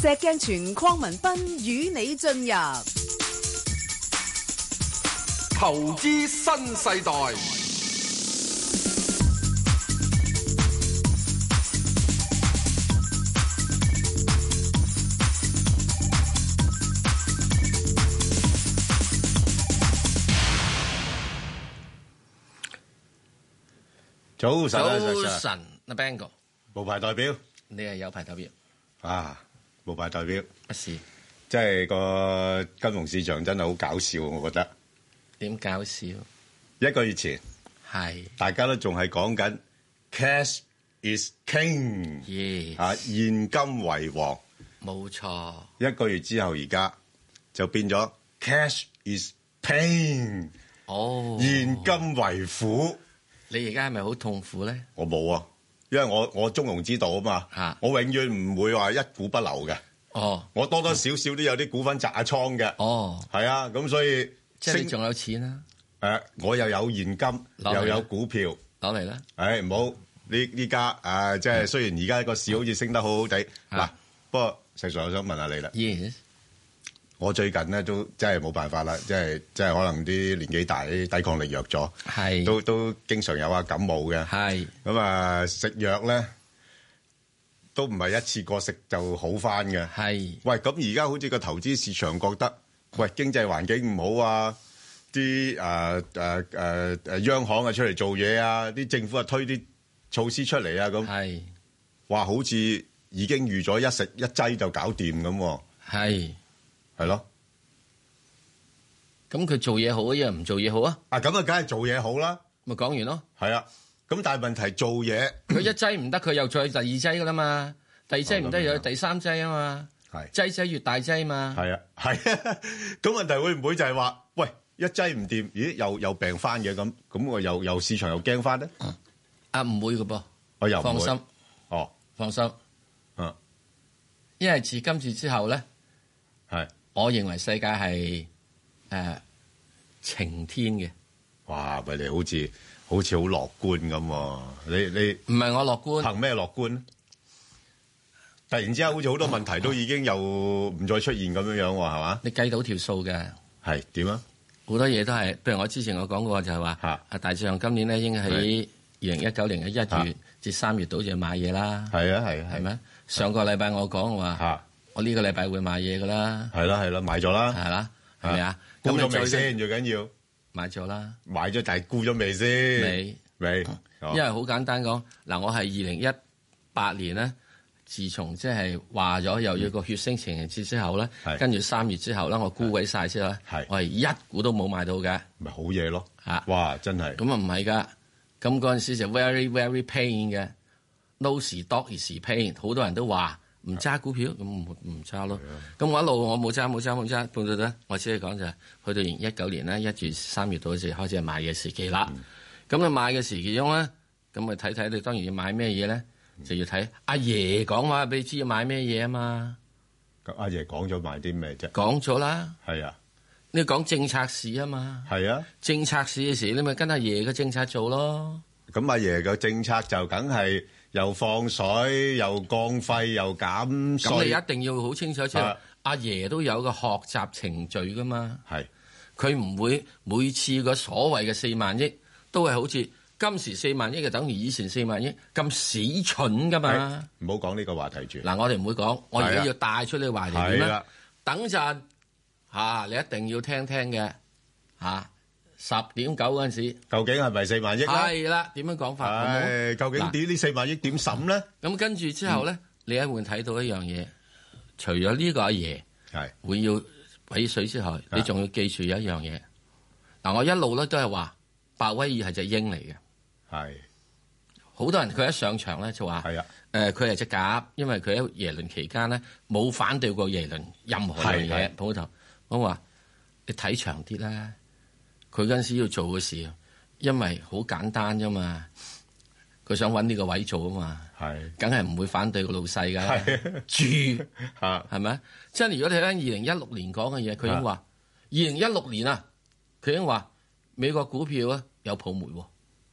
石鏡泉鄺民彬與你進入投資新世代，早晨啊，早 Sir，Sir 晨，阿 Bang 哥，無牌代表你係有排投票，啊，無牌代表，不是即係個金融市場真係好搞笑，我覺得點搞笑？一個月前係大家都仲係講緊 cash is king 耶，啊，現金為王。冇錯，一個月之後，而家就變咗 cash is pain，哦，現金為苦。你而家係咪好痛苦咧？我冇啊，因為我我中庸之道啊嘛，嚇我永遠唔會話一股不留嘅，哦，我多多少少都有啲股份砸下倉嘅。哦，係啊，咁所以即係你升仲有錢啊啦，誒，我又有現金，攞嚟又有啦股票，攞嚟啦，誒唔好呢呢家啊，即係雖然而家個市好似升得好好地，嗱嗯啊，不過石 Sir，我想問下你啦，耶，我最近咧都真係冇辦法啦，即係即係可能啲年紀大，啲抵抗力弱咗，係都都經常有啊感冒嘅，係咁啊食藥咧都唔係一次過食就好翻嘅。係喂，咁而家好似個投資市場覺得，喂經濟環境唔好啊，啲呃誒誒誒誒央行啊出嚟做嘢啊，啲政府啊推啲措施出嚟啊，咁係哇好似已經預咗一食一劑就搞掂咁喎，係，係咯？咁佢做嘢好啊，又唔做嘢好啊？啊咁啊，梗係做嘢好啦，咪講完 咯，係啊。咁但係問題做嘢佢一劑唔得，佢又再第二劑噶啦嘛，第二劑唔得哦咁樣又有第三劑啊嘛，係劑劑越大劑嘛，係啊係啊，咁問題會唔會就係話，喂一劑唔掂，咦又又病翻嘅咁，咁我又又市場又驚翻咧？啊唔會噶噃，我又唔放會心哦，放心。嗯因為自今次之後咧，係。我認為世界係誒、呃晴天嘅，哇！喂，你好似好似好樂觀咁喎，你你唔係我樂觀，憑咩樂觀咧？突然之間好似好多問題都已經又唔再出現咁樣樣喎，係嘛？你計到條數嘅，係點啊？好多嘢都係，譬如我之前我講過就係話，嚇啊大致上今年咧應該喺二零一九年嘅一嚇月至三月度就買嘢啦，係啊，係啊，係？咪？上個禮拜我講我話，嚇，我呢個禮拜會買嘢噶啦，係啦，係啦，買咗啦，係啦，係咪啊？沽你咗再未先？最緊要買咗啦，買咗，但係沽咗未先？你。未，因哦為好簡單講，嗱，我係二零一八年咧，自從即係話咗又要個血腥情人節之後咧係，跟住三月之後咧，我沽鬼晒之後咧係，我係一股都冇買到嘅咪好嘢咯！嚇。哇，真係咁啊唔係㗎，咁嗰陣時就 very very pain 嘅，no 時 dog 時 pain，好多人都話唔揸股票，咁唔唔揸咯。咁我一路我冇揸冇揸冇揸，到到咧，我只係講就係去到二零一九年咧，一月三月度嗰時開始係買嘅時期啦。咁你買嘅時期中咧，咁咪睇睇你當然要買咩嘢咧，就要睇阿爺講話俾你知要買咩嘢啊嘛，咁阿爺講咗買啲咩啫？講咗啦，係啊，你講政策市啊嘛，係啊。政策市嘅時你咪跟阿爺嘅政策做咯。咁阿爺嘅政策就梗係又放水，又降費，又減咁你税，一定要好清楚，即係啊阿爺都有個學習程序噶嘛，係。佢唔會每次個所謂嘅四萬億都係好似今時四萬億就等於以前四萬億咁死蠢噶嘛。唔好講呢個話題住。嗱，我哋唔會講，我而係家啊要帶出你話嚟係點啦啦。，等陣嚇，你一定要聽聽嘅嚇。十點九嗰陣時，究竟係咪四萬億咧？係啦，點樣講法？好冇唉，究竟點呢四萬億點審咧？咁跟住之後嗯咧，你一會睇到一樣嘢，除咗呢個阿爺。係會要俾水之啊外，你仲要記住有一樣嘢。嗱，我一路咧都係話，白威爾係隻鷹嚟嘅。係好多人佢一上場咧就話，係啊，誒佢係隻鴿，因為佢喺耶倫期間咧冇反對過耶倫任何樣係係嘢。普頭，我話你睇長啲啦，佢嗰陣時要做嘅事，因為好簡單啫嘛，佢想揾呢個位做啊嘛，係梗係唔會反對個老細 㗎啦，係住。嚇係咪？即係如果你睇翻二零一六年講嘅嘢，佢已經啊話二零一六年啊，佢已經話美國股票啊有泡沫喎。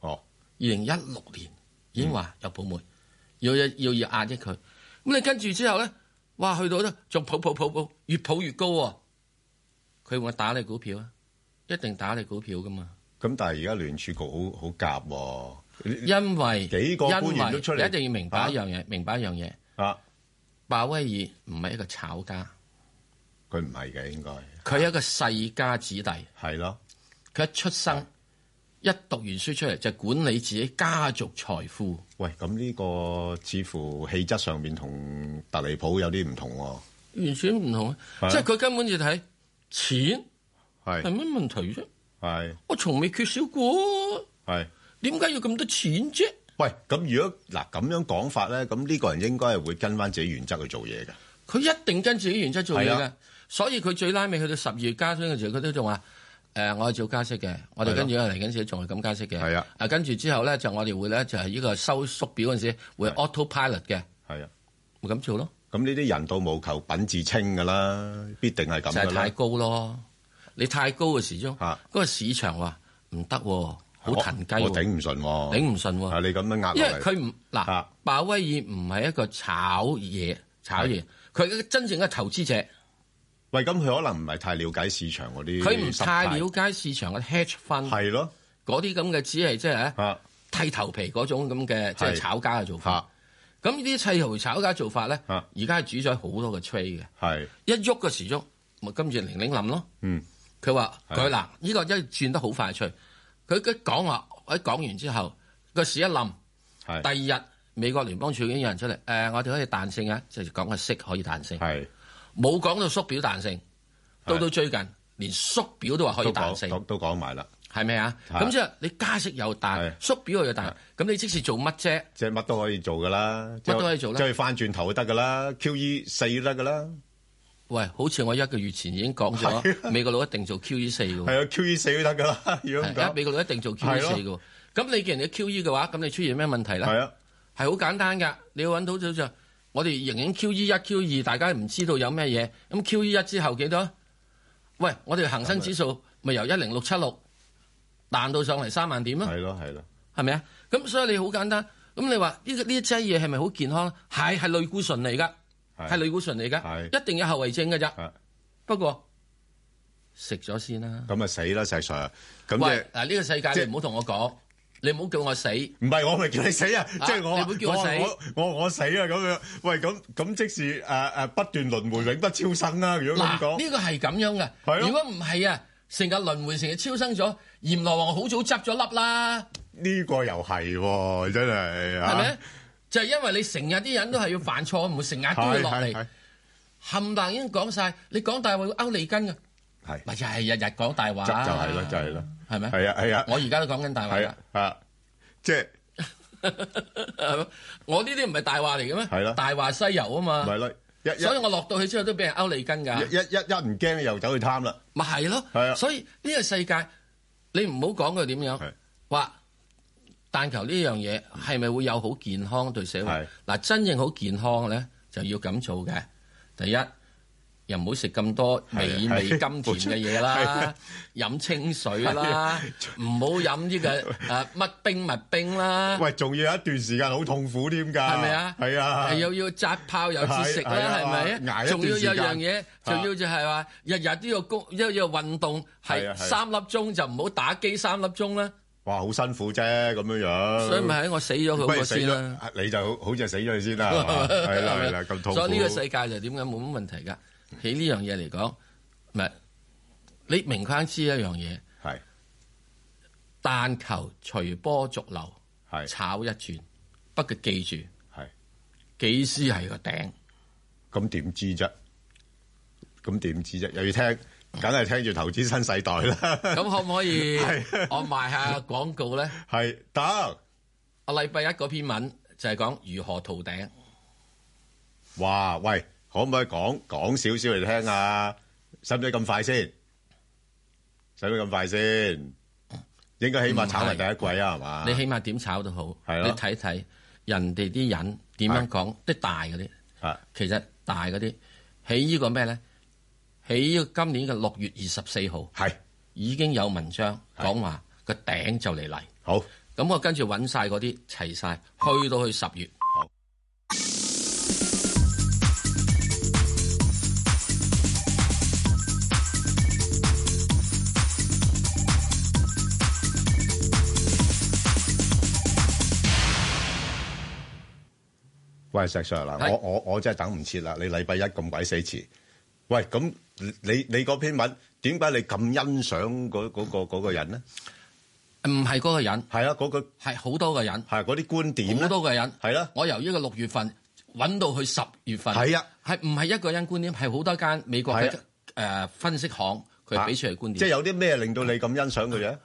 哦，嗯二零一六年已經話有泡沫，要要要壓抑佢。咁你跟住之後咧，哇，去到咧仲抱抱抱抱，越抱越高喎、佢會打你股票啊？一定打你股票噶嘛？咁但係而家聯儲局好好夾喎因為幾個官員都出嚟因為你一定要明白一樣嘢，明白一樣嘢，啊！鮑威爾唔係一個炒家，佢唔係嘅應該佢係一個世家子弟，係咯，佢一出生一讀完書出嚟就管理自己家族財富。喂，咁呢個似乎氣質上面同特利普有啲唔同喎，完全唔同係啊！啊即係佢根本就睇錢係係咩問題啫？係我從未缺少過，係。點解要咁多錢啫？喂，咁如果嗱咁樣講法咧，咁呢個人應該係會跟翻自己原則去做嘢嘅。佢一定跟自己原則做嘢係嘅啊，所以佢最拉尾去到十二月加息嘅時候，佢都仲話：誒、呃我係做加息嘅，我哋跟住嚟緊時仲係咁加息嘅。係啊，啊跟住之後咧，就我哋會咧就係呢個收縮表嗰陣時會 autopilot 嘅，係啊，咪咁做咯，咁呢啲人道無求，品自清㗎啦，必定係咁就㗎係啦太。高咯。你太高嘅時鐘，嗰、啊個市場話唔得喎，好騰雞我喎，我頂唔順喎，頂唔順喎啊！。你咁樣壓因落為嚟，佢唔嗱啊，鮑威爾唔係一個炒嘢炒嘢，佢係一個真正嘅投資者，喂，咁佢可能唔係太了解市場嗰啲，佢唔太了，解市場嘅 hedge fund 係咯，嗰啲咁嘅，只係即係嚇剃頭皮嗰種咁嘅即係係炒家嘅做法嚇。咁呢啲剃頭皮炒家做法咧，啊而家係主宰好多嘅 trade 嘅，係，一喐嘅時鐘咪跟住零零冧咯。嗯，佢話係佢嗱呢個一轉得好快脆，佢佢講話一講完之後個市一冧。第係，二日美國聯邦儲已經有人出嚟，誒、我哋可以彈性啊，就係講個息可以彈性，係冇講到縮表彈性，到到最近連縮表都話可以都彈講性，都都講埋啦，係咪啊？哦係咁即係你加息又彈，係縮表又彈，咁你即使做乜啫？即係乜都可以做㗎啦，乜都可以做啦即係翻轉頭就得㗎啦，QE 四都得㗎啦，喂，好似我一個月前已經講啊咗，美國佬一定做 QE 四嘅喎，係啊，QE 四都得㗎啦，如係果咁而家講，美國佬一定做 QE 四嘅喎。咁你既然你 QE 嘅話，咁你出現咩問題咧？係啊，係好簡單㗎，你要揾到就就我哋仍然 QE 一、QE 二，大家唔知道有咩嘢。咁 QE 一之後幾多？喂，我哋恒生指數咪由一零六七六彈到上嚟三萬點咯，係咯，係咯，係咪啊？咁所以你好簡單。咁你話呢個呢一劑嘢係咪好健康咧？係係類固醇嚟㗎，係係類固醇嚟㗎，係一定有後遺症㗎咋。啊不過食咗先啦。咁啊死啦，石 Sir，咁喂，即係。嗱呢個世界即你唔好同我講，你唔好叫我死。唔係我咪叫你死啊！啊即係我你會叫我死我我我我死啊咁樣。喂，咁咁即是誒誒不斷輪迴，永不超生啦。如果咁嗱，講，呢個係咁樣係嘅。咯如果唔係啊，成日輪迴，成日超生咗，閻羅王好早執咗粒啊啦，呢個又係喎，真係係係咪？就係因為你成日啲人都係要犯錯，唔會成日都會係落係嚟，冚唪唥已經講晒，你講大話會勾脷根嘅，係咪就係日日講大話就就係啦，就係啦，係咪？係啊係啊我而家都講緊大話係㗎啊，啊！即係係咪 我呢啲唔係大話嚟嘅咩？係啦大話西遊啊唔嘛，係咯？一一所以我落到去之後都俾人勾脷根㗎。一一一一唔驚又走去貪啦，咪係咯係啊，所以呢個世界你唔好講佢點樣係，話但求呢樣嘢係咪會有好健康對社會係？嗱，真正好健康咧就要咁做嘅。第一，又唔好食咁多美係啊味係甘甜嘅嘢冇錯係啦啊，飲清水啦，唔好飲呢 個誒乜冰乜冰啦，喂，仲要有一段時間好痛苦添㗎，係咪啊？係啊，係又要扎炮又節食係啦，啊係咪啊？捱一仲段要時有間樣嘢，仲要就係話日日都要工，都要運動，係係啊係啊三粒鐘就唔好打機三粒鐘啦。哇，好辛苦啫咁樣樣，所以咪喺我死咗佢好嗯不如過死先啦咗。，你就好好似死咗佢先 啦，係嘛係啦係啦，咁痛苦。所以呢個世界就點解冇乜問題㗎？喺呢樣嘢嚟講，唔係你明框知一樣嘢，係但求隨波逐流，係炒一轉，不過記住係，幾時係個頂。咁點知啫？咁點知啫？又要聽，梗係聽住投資新世代啦。 咁可唔可以係我賣下廣告咧？係得，我啊禮拜一嗰篇文就係講如何逃頂。哇！喂，可唔可以講講少少嚟聽啊？使唔使咁快先？使唔使咁快先？應該起碼炒埋第一季啊，係嘛？你起碼點炒都好，係你咯睇睇人哋啲人點樣講，啲大嗰啲，啊其實大嗰啲喺呢個咩咧？喺呢個今年嘅六月二十四號係已經有文章講話個頂就嚟嚟，好咁我跟住揾晒嗰啲齊晒，去到去十月。喂，石 Sir 嗱，係我我我真係等唔切啦！你禮拜一咁鬼死遲，喂，咁你你嗰篇文點解你咁欣賞嗰嗰個嗰個人咧？唔係嗰個人，係啊，嗰個係好多個人，係嗰啲觀點好咧，多個人。係啦，我由呢個六月份揾到去十月份，係啊，係唔係一個人觀點？係好多間美國係嘅啊誒分析行佢俾出嚟觀即係點。有啲咩令到你咁欣賞佢嘅？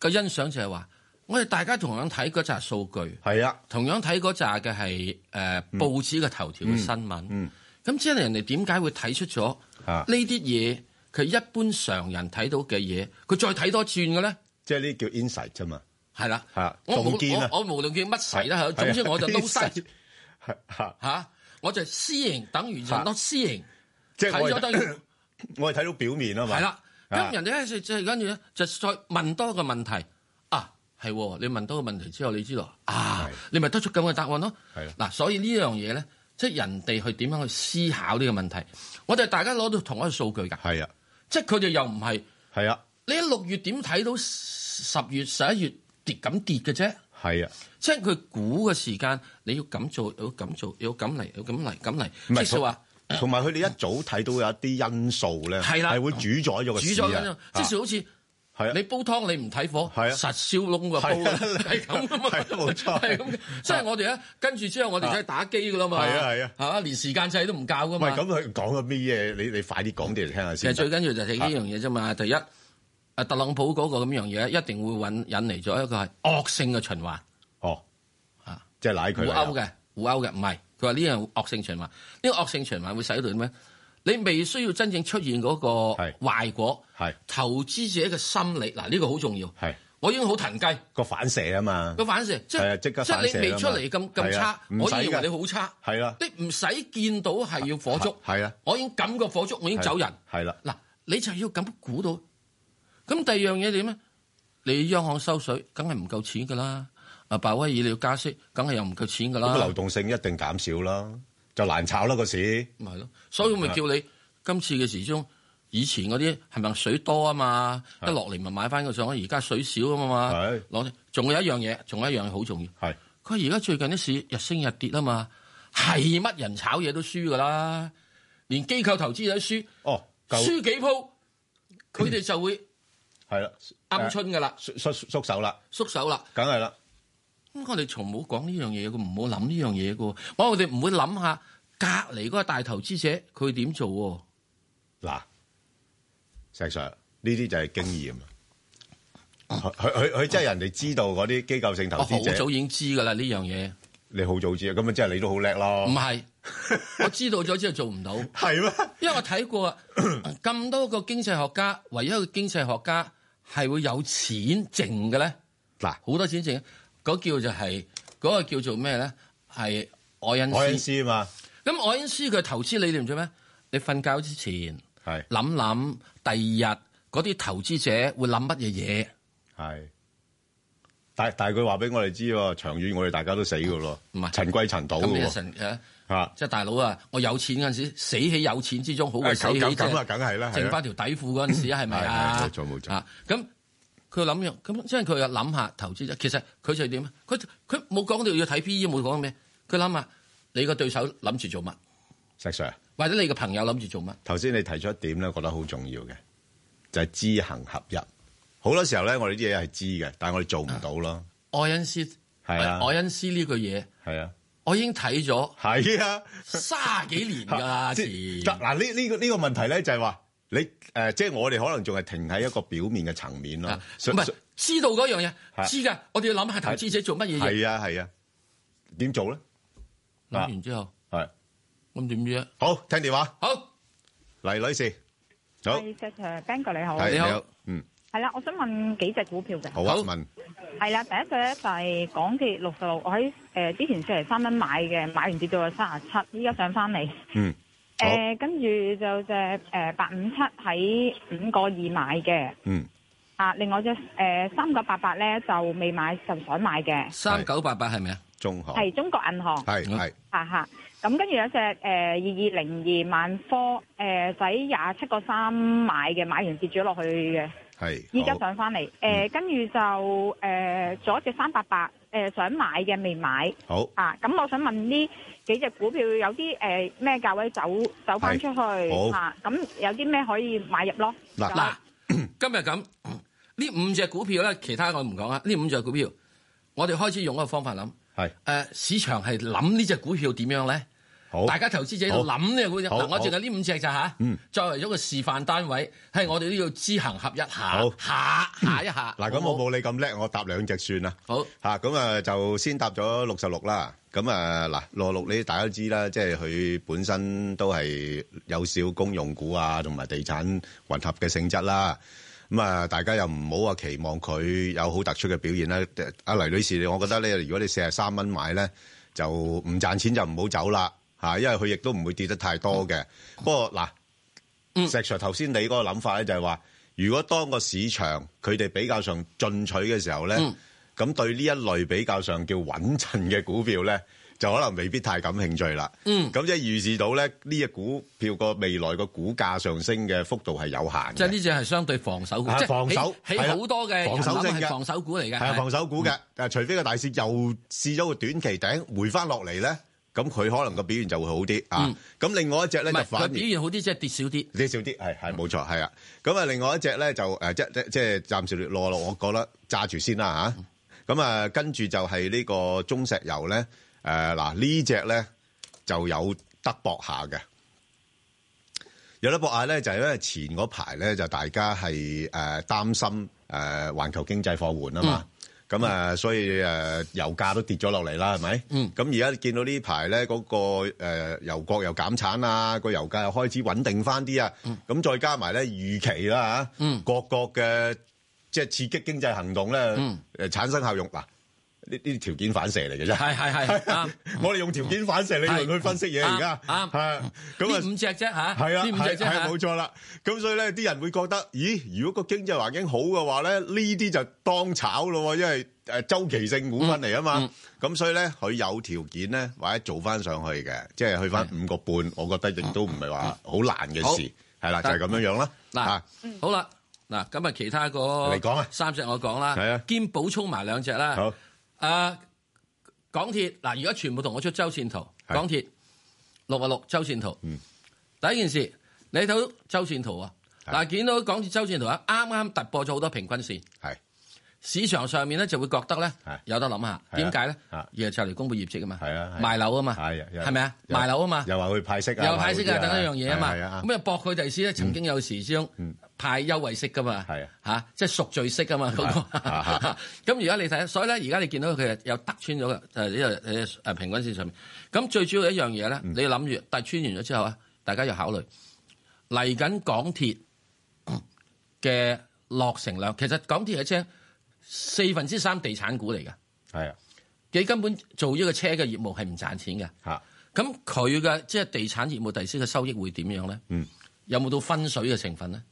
個欣賞就係話，我哋大家同樣睇嗰扎數據。係啊，同樣睇嗰扎嘅係誒報紙嘅頭條嘅新聞，咁、嗯即係人哋點解會睇出咗啊呢啲嘢？佢一般常人睇到嘅嘢，佢再睇多轉嘅咧，即係呢啲叫 insight 啫嘛，係啦啊，我洞見冇啊我我無論叫乜洗啦，係啊總之 我就都西 insight，係嚇，嚇，我就私營等於啊人多私營 即係睇我咗等於哋 我哋睇到表面啊嘛，係啦。啊咁人哋咧就就跟住咧就再問多個問題啊，係喎你問多個問題之後，你知道啊係，你咪得出咁嘅答案咯。係啦嗱，所以呢樣嘢咧，即係人哋去點樣去思考呢個問題，我哋大家攞到同一個數據㗎，係啊，即係佢哋又唔係係啊，你喺六月點睇到十月十一月跌咁跌嘅啫，係啊，即係佢估嘅時間你要咁做，要咁做，要咁嚟，要咁嚟，咁嚟，唔係即係話同埋佢哋一早睇到有一啲因素咧，係啦係會主宰咗個煮市咗咁啊樣，，即係好似。係啊你煲湯你唔睇火，係啊實燒窿個煲係啊 係咁噶嘛，係啊冇錯啊係咁嘅。即係我哋咧跟住之後，我哋梗係打機噶啦嘛，係啊係啊嚇連時間制都唔教噶唔係嘛。咁，佢講咗咩嘢？你你快啲講啲嚟聽下其實先。最緊要就係呢樣嘢啫嘛。第一，啊特朗普嗰個咁樣嘢，一定會揾引嚟咗一個係惡性嘅循環，哦，啊即係賴互佢啦歐。嘅，互歐嘅，唔係。佢話呢樣惡性循環，呢個惡性循環會使到點咧？你未需要真正出現嗰個係壞果，係投資者嘅心理嗱，呢個好重要。係我已經好騰雞。個反射啊嘛，個反射，即係啊係即刻即反係射你未出嚟啦嘛咁咁係差啊，唔我使以㗎為你好差，係啦你唔使見到係要火燭，係啊，我已經感覺火燭，我已經走人。係啦，嗱，你就要咁估到。咁第二樣嘢點咧？你央行收水，梗係唔夠錢㗎啦。啊，鮑威爾你要加息，梗係又唔夠錢㗎咁啊啦流。動性一定減少啦，就難炒啦個市。咪係咯，所以我咪叫啊你今次嘅時鐘，以前嗰啲係咪水多啊嘛？一落嚟咪買翻個上，而家水少啊嘛。係攞，仲有一樣嘢，仲有一樣嘢好重要。係佢而家最近啲市日升日跌啊嘛，係乜人炒嘢都輸噶啦，連機構投資者都輸，哦，夠輸幾鋪佢哋就會係啦，鵪鶉噶啦，誒縮縮縮手啦，縮手啦。梗係啦，咁我哋從冇講呢樣嘢嘅，唔好諗呢樣嘢嘅喎。我哋唔會諗下隔離嗰個大投資者佢點做喎。嗱，石 Sir 呢啲就係經驗啊。佢佢佢佢即係人哋知道嗰啲機構性投哦我好資者早，已經知㗎啦呢樣嘢，你好早知，咁啊即係你都好叻咯唔。係我知道咗之後做唔到，係咩？因為我睇 過啊咁多個經濟學家，唯一一個經濟學家係會有錢剩嘅咧。嗱，好多錢剩，嗰叫就係、嗰、個叫做咩咧？係愛我因恩斯。師啊咁愛因斯佢投資理念做咩？你瞓覺之前嘛，係諗諗，第二日嗰啲投資者會諗乜嘢嘢？係，但但係佢話俾我哋知喎，長遠我哋大家都死噶咯，唔係塵歸塵土噶咁你就喎，神誒，嚇即係大佬啊！我有錢嗰陣時，死喺有錢之中好過誒死喺咁咁即係咁啊，梗係啦，係剩啦翻條底褲嗰陣時係咪啊？係係冇錯冇錯啊！咁佢諗樣，咁即係佢又諗下投資者。其實佢就係點啊？佢佢冇講到要睇 P E，冇講咩。佢諗下你個對手諗住做乜，石 Sir，或者你個朋友諗住做乜。頭先你提出一點咧，覺得好重要嘅，就係知行合一。好多時候咧，我哋啲嘢係知嘅，但係我哋做唔到咯。愛因斯係啊愛因斯呢句嘢，係啊，我已經睇咗係啊，卅幾年㗎 啦，即前嗱呢呢個呢個問題咧，就係話你誒，即係我哋可能仲係停喺一個表面嘅層面咯。啊所唔係知道嗰樣係嘢，知㗎。我哋要諗下投資者做乜嘢嘢。係啊係啊，點做咧？諗完之後，係咁點知啊？好聽電話，好，黎女士，好。係石 Sir、Ben 哥你好，係你好嗯，係啦，我想問幾隻股票嘅，好啊，好問係啦，第一隻咧就係港鐵六十六，我喺誒之前四十三蚊買嘅，買完跌到去三十七，依家上翻嚟，嗯，好，誒跟住就隻誒八五七喺五個二買嘅，嗯，啊，另外隻誒三九八八咧就未買，就想買嘅，三九八八係咪啊？中行係中國銀行，係係哈哈，咁跟住有隻誒二二零二萬科誒仔廿七個三買嘅，買完跌咗落去嘅，係，依家好，嗯上翻嚟，誒跟住就誒仲有一隻三八八，誒想買嘅未買好，啊，咁我想問呢幾隻股票有啲誒咩價位走走翻出去係好啊？咁有啲咩可以買入咯？嗱嗱， 今日咁 呢五隻股票咧，其他我唔講啊啦。呢五隻股票，我哋開始用一個方法諗，誒、係，市場係諗呢只股票點樣咧？好，大家投資者好諗呢個股票。好嗱，我好淨係呢五隻咋吓嗯，作為一個示範單位，係我哋都要知行合一下，好嗯下下一下。嗱，咁好我唔冇你咁叻，我答兩隻算啦。好好吓咁啊，就先答咗六十六啦。咁啊嗱，六六你大家都知啦，即係佢本身都係有少公用股啊，同埋地產混合嘅性質啦。咁啊，大家又唔好話期望佢有好突出嘅表現啦。阿黎女士，我覺得咧，如果你四十三蚊買咧，就唔賺錢就唔好走啦吓，因為佢亦都唔會跌得太多嘅。不過嗱。石 Sir 頭先你嗰個諗法咧，就係話，如果當個市場佢哋比較上進取嘅時候咧，咁、對呢一類比較上叫穩陣嘅股票咧，就可能未必太感興趣啦。嗯咁即係預示到咧呢只股票個未來個股價上升嘅幅度係有限嘅。即係呢只係相對防守股，啊即係防守喺係啊喺好多嘅防人守諗性係嘅防守股嚟嘅，係啊，係防守股嘅，誒，除非個大市又試咗個短期頂回翻落嚟咧，咁佢可能個表現就會好啲啊嗯。咁另外一隻咧唔就係反佢而表現好啲，即係跌少啲。你少啲，係係冇錯，係啊。咁啊，另外一隻咧就誒，即即即係暫時落落，我覺得揸住先啦吓，咁啊，跟住就係呢個中石油咧，誒嗱呢只咧就有得搏下嘅，有得搏下咧就係因為前嗰排咧就大家係誒擔心誒環球經濟放緩啊嘛。嗯咁啊，所以誒油價都跌咗落嚟啦，係咪？嗯咁而家見到呢排咧，嗰個誒油國又減產啊，個油價又開始穩定翻啲啊。咁再加埋咧預期啦嚇嗯，各國嘅即係刺激經濟行動咧嗯誒產生效用嗱，呢呢啲條件反射嚟嘅啫。係係 啊係啱。我哋用條件反射理論去分析嘢而家啱啱係咁呢。啊五隻啫嚇，係啊，呢五隻係啫係嚇冇錯啦。咁所以咧，啲人會覺得，咦？如果個經濟環境好嘅話咧，呢啲就當炒咯喎，因為誒周期性股份嚟啊嘛。咁、所以咧，佢有條件咧，或者做翻上去嘅，即係去翻五個半，我覺得亦都唔係話好難嘅事。係啦，就係、咁樣樣啦。嗱啊，好啦，嗱，咁啊，其他嗰你講啊三隻我講啦，係啊兼補充埋兩隻啦。好，啊，港鐵嗱，而家全部同我出周線圖，係港鐵六啊六周線圖。嗯第一件事，你睇到周線圖啊，係嗱，見到港鐵周線圖啊，啱啱突破咗好多平均線，係市場上面咧就會覺得咧係有得諗下，係啊點解咧？啊而係就嚟公布業績啊嘛，係啊係啊賣樓啊嘛，係啊又係咪啊？又賣樓啊嘛，又話佢派息啊，有派息話啊，嗰啲等一樣嘢啊係啊嘛。，咁啊，博佢第時咧，曾經有時之中嗯派優惠息噶嘛，係啊嚇，即係贖罪息啊嘛嗰啊 個。咁而家你睇，所以咧，而家你見到佢又得穿咗嘅，誒呢個誒誒平均線上面。咁最主要一樣嘢咧，嗯你諗住，但係穿完咗之後啊，大家要考慮嚟緊港鐵嘅落成量，其實港鐵嘅車四分之三地產股嚟嘅，係啊，佢根本做呢個車嘅業務係唔賺錢嘅。嚇咁佢嘅即係地產業務第時嘅收益會點樣咧？嗯，有冇到分水嘅成分咧？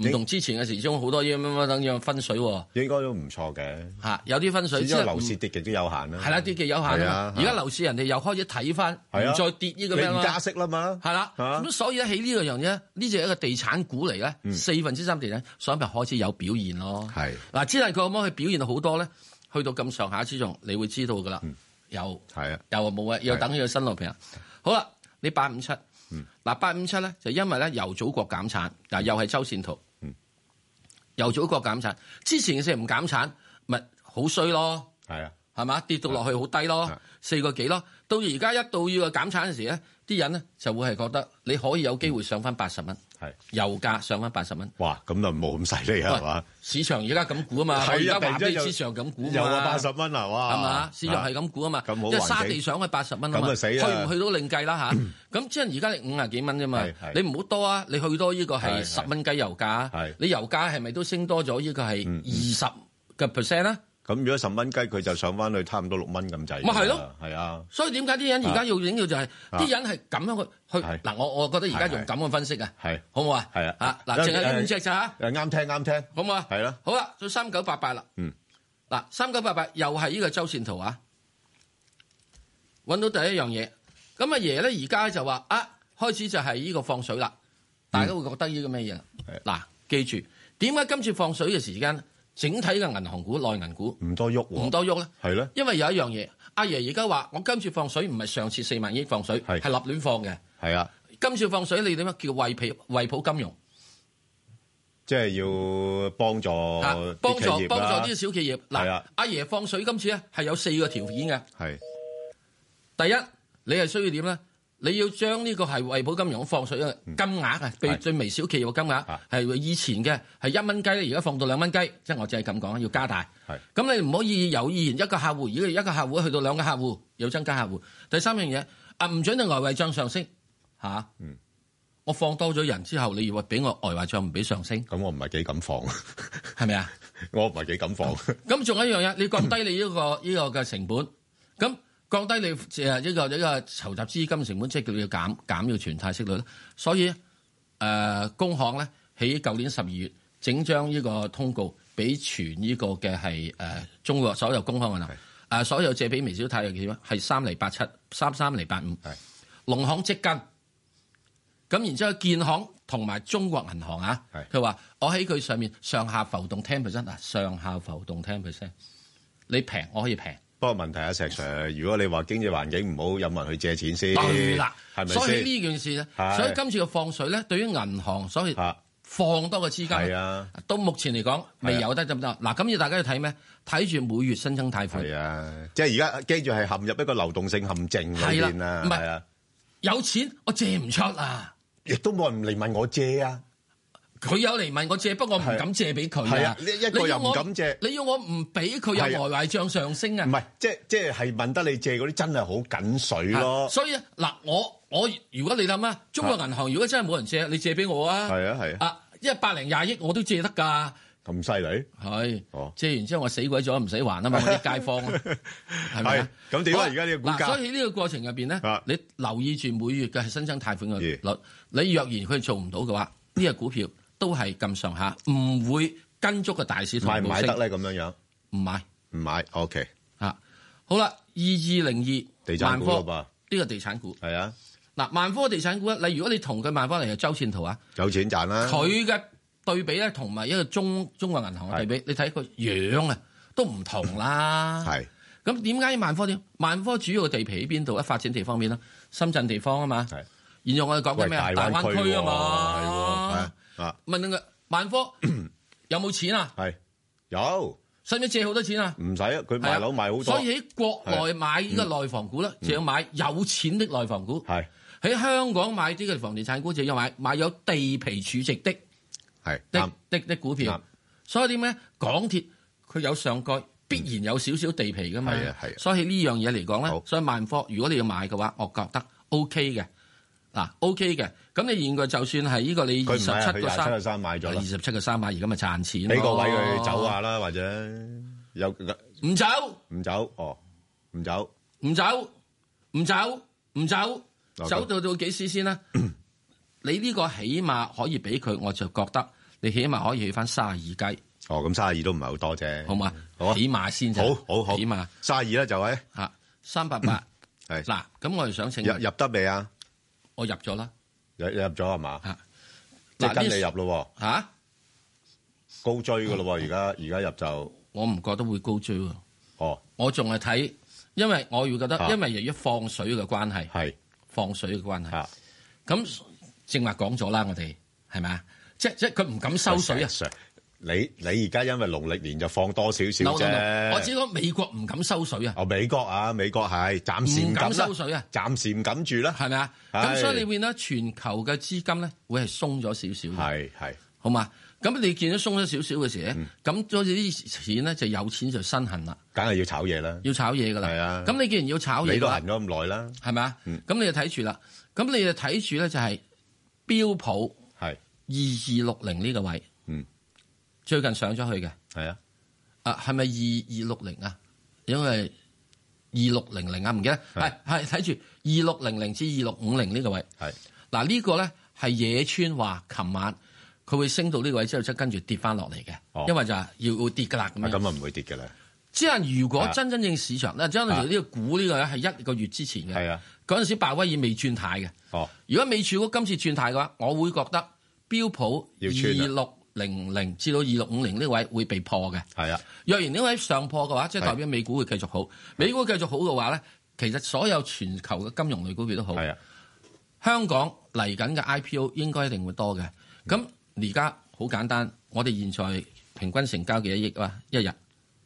唔同之前嘅時鐘好多嘢乜乜等樣分水喎、應該都唔錯嘅。嚇有啲分水嗯始即終係樓市唔跌極都有限啦。係啦，啲嘅有限係啊啊嘛。而家樓市人哋又開始睇翻，係啊唔再跌呢個你咩唔加啦，息啦嘛。係啦。啊咁所以咧喺呢個樣嘢，呢隻係一個地產股嚟咧，四分之三地產，所以咪開始有表現咯。嗯係嗱，只係佢可唔可以表現到好多咧？去到咁上下之中，你會知道噶啦，嗯有。係啊，又冇啊，又等佢個新路平衡。好啦，你八五七，嗯嗱八五七咧就因為咧由祖國減產，嗱又係周線圖，嗯由祖國減產，之前嘅時候唔減產，咪好衰咯，係啊，係嘛？跌到落去好低係咯，四個幾咯，到而家一到要個減產嘅時咧，啲人咧就會係覺得你可以有機會上翻八十蚊，係。油價上翻八十蚊。哇，咁就冇咁犀利啊，係嘛？市場而家咁估啊嘛，我而係家啊，突話俾然間你又知市場咁估啊嘛又話八十蚊啊，哇！係嘛？市場係咁估啊嘛，咁好因為沙環地境上去八十蚊啊嘛，咁啊死去啦唔去到另計啦吓，咁即係而家你五廿幾蚊啫嘛係，係你唔好多啊！你去多呢個係係十係蚊雞油價係，你油價係咪都升多咗？呢個係嗯二十嘅 percent 啦。咁如果十蚊雞，佢就上翻去差唔多六蚊咁滯。咪係咯，係啊，所以點解啲人而家要影要就係啊啲人係咁樣去去係嗱，我我覺得而家係係用咁嘅分析啊，係好唔好啊？係啊嗱，因淨為係呢誒五隻咋吓，誒啱聽啱聽，好唔好啊？係啦，好啦，到三九八八啦。嗯，嗱，三九八八又係呢個周線圖啊，揾到第一樣嘢。咁阿爺咧而家就嗯話啊，開始就係呢個放水啦，大家會覺得呢個咩嘢啦？嗱，記住點解今次放水嘅時間，整體嘅銀行股、內銀股唔多喐喎，唔多喐咧？係咧，因為有一樣嘢，阿爺而家話我今次放水唔係上次四萬億放水，係係立亂放嘅。係啊，今次放水你點樣叫惠皮惠普金融即係要幫助啊？幫哦啲助企業幫啦助啲小企業。係嗱啊，阿爺放水今次咧係有四個條件嘅。係第一，你係需要點咧？你要將呢個係惠普金融放水嘅金額啊，對嗯係最微小企業嘅金額啊係以前嘅係一蚊雞咧，而家放到兩蚊雞，即係我只係咁講，要加大。係咁你唔可以有意然一個客戶，如果一個客戶去到兩個客戶，有增加客戶。第三樣嘢啊，唔準你外匯帳上升嚇。嗯我放多咗人之後，你以為俾我外匯帳唔俾上升，咁我唔係幾敢放， 係咪啊？我唔係幾敢 放，咁仲有一樣嘢，你降低你呢、個呢、個嘅成本，咁降低你誒呢個呢、個籌集資金成本，即係叫你要減減呢個存貸息率啦。所以誒、呃工行咧喺舊年十二月整張呢個通告俾全呢個嘅係誒中國所有工行銀行誒所有借俾微小貸嘅點樣係三厘八七三三厘八五係，農行即跟。咁然之後，建行同埋中國銀行啊係，佢話我喺佢上面上下浮動 ten percent 啊，上下浮動 ten percent，你平我可以平，不過問題啊，石 Sir，如果你話經濟環境唔好，有冇人去借錢先？對啦，係咪所以先？呢件事咧，係所以今次嘅放水咧，對於銀行所以嚇，放多嘅資係金，啊，到目前嚟講未有得咁多。嗱，咁要大家要睇咩？睇住每月新增貸款係，啊，即係而家記住係陷入一個流動性陷阱裏係啦邊啊，唔係係啊，有錢我借唔出啊！亦都冇人嚟問我借啊，佢有嚟問我借，不過我唔係啊敢借俾佢係啊啊！呢一個你要又唔我敢借你要我唔俾佢係啊有外匯帳上升啊唔？係，即係即係係問得你借嗰啲真係好緊水咯，所以嗱，我我如果你諗啊，中國銀行如果真係冇人借，你借俾我啊。係啊係啊，啊，一百零廿億我都借得㗎。咁犀利，係哦，借完之後我死鬼咗唔使還啊嘛，我啲街 坊啊，係咪啊？係咁點啊好而家呢個股價嗱所以喺呢個過程入邊啊咧，你留意住每月嘅係新增貸款嘅咦率，你若然佢做唔到嘅話，呢只股票都係咁上下，唔會跟足個大市同買唔步買升得咧？咁樣樣唔買唔買，OK，啊！好啦，二二零二地產股咯噃，呢個地產股。係啊，嗱，萬科嘅地產股咧，你如果你同佢買翻嚟嘅周線圖啊，有錢賺啦，佢嘅對比咧，同埋一個中中國銀行嘅對比，你睇個樣啊，都唔同啦。 係咁點解萬科點？萬科主要嘅地皮喺邊度？一發展地方面啦，深圳地方啊嘛。係，現在我哋講緊喂咩啊？大灣喎區啊係嘛。喎係啊，問佢萬 科有冇錢啊？係有。使唔使借好多錢啊？唔使啊，佢係啊賣樓賣好多嗯所，以喺國內買呢個內房股咧，就要買有錢的內房股。係喺香港買呢個房地產股就要買買有地皮儲值的係啱的的的股啱票，所以點咧？港鐵佢有上蓋，必然有少少地皮噶嘛。係啊係啊所以呢樣嘢嚟講好咧，所以萬科如果你要買嘅話，我覺得 O K 嘅。嗱 O K 嘅，咁你現在就算係呢個你佢二唔十係七啊佢個廿七三，個三買咗二啦，十七個三買，而家咪賺錢咯俾個位佢走，啊下啦，或者有唔走唔走哦，唔走唔走唔走唔走，嗱走到到幾時先 啦？你呢個起碼可以俾佢，我就覺得你起碼可以去翻三十二雞，哦，咁三十二都唔係好多啫，好嘛？好啊起碼先就好好好，起碼 三十二啦就係嚇三百八。係嗱，咁我就想請入入得未啊？我入咗啦入入咗係嘛？嚇。即係啊嗱跟呢你入咯嚇，喎，高追噶嗯咯喎，而家而家入就我唔覺得會高追喎，哦我仲係睇，因為我會覺得啊，因為由於放水嘅關係，係啊放水嘅關係，嚇，咁正話講咗啦，我哋係咪啊？即即係佢唔敢收水啊！ Sir，你你而家因為農曆年就放多少少 No, no, no，我只啫，講美國唔敢收水啊，哦美國啊美國係暫時唔唔敢敢啦收，水啊，暫時唔敢住啦，係咪啊？係咁所以你見到全球嘅資金咧會係鬆咗少少嘅，係嗯係。好嘛？咁你見到鬆咗少少嘅時咧，咁好似啲錢咧就有錢就身痕啦。梗係要炒嘢啦。要炒嘢噶啦。係啊咁你既然要炒嘢你嘅都嗯話，行咗咁耐啦，係咪啊？咁你就睇住啦。咁你就睇住咧，就係標普係二二六零呢個位，嗯，最近上咗去嘅。係啊，啊，係咪二二六零啊？因為二六零零啊，唔記得。係係係睇住二六零零至二六五零呢個位。係嗱，呢個咧係野村話，琴晚佢會升到呢個位之後，即係跟住跌翻落嚟嘅哦。因為就係要要跌㗎啦咁啊樣。咁啊唔會跌嘅啦，即係如果啊真真正市場咧，真係呢個股呢個咧係一個月之前嘅，係啊，嗰陣時鮑威爾未轉態嘅。哦如果美儲局今次轉態嘅話，我會覺得標普要二穿啊六零零至到二六五零呢位會被破嘅。係啊，若然呢位上破嘅話，即係代表美股會繼續好。美股繼續好嘅話咧，其實所有全球嘅金融類股票都好。係啊，香港嚟緊嘅 IPO 應該一定會多嘅。咁而家好簡單，我哋現在平均成交幾多億啊？一日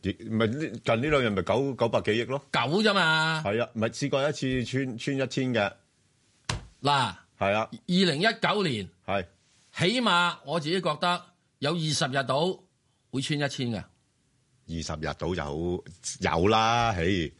亦咪呢近呢兩日咪九九百幾億咯，九啫嘛。係啊，咪試過一次穿穿一千嘅，嗱，二係啊，零一九年係起碼我自己覺得有二十日到會穿一千嘅。二十日到就好有啦，嘿，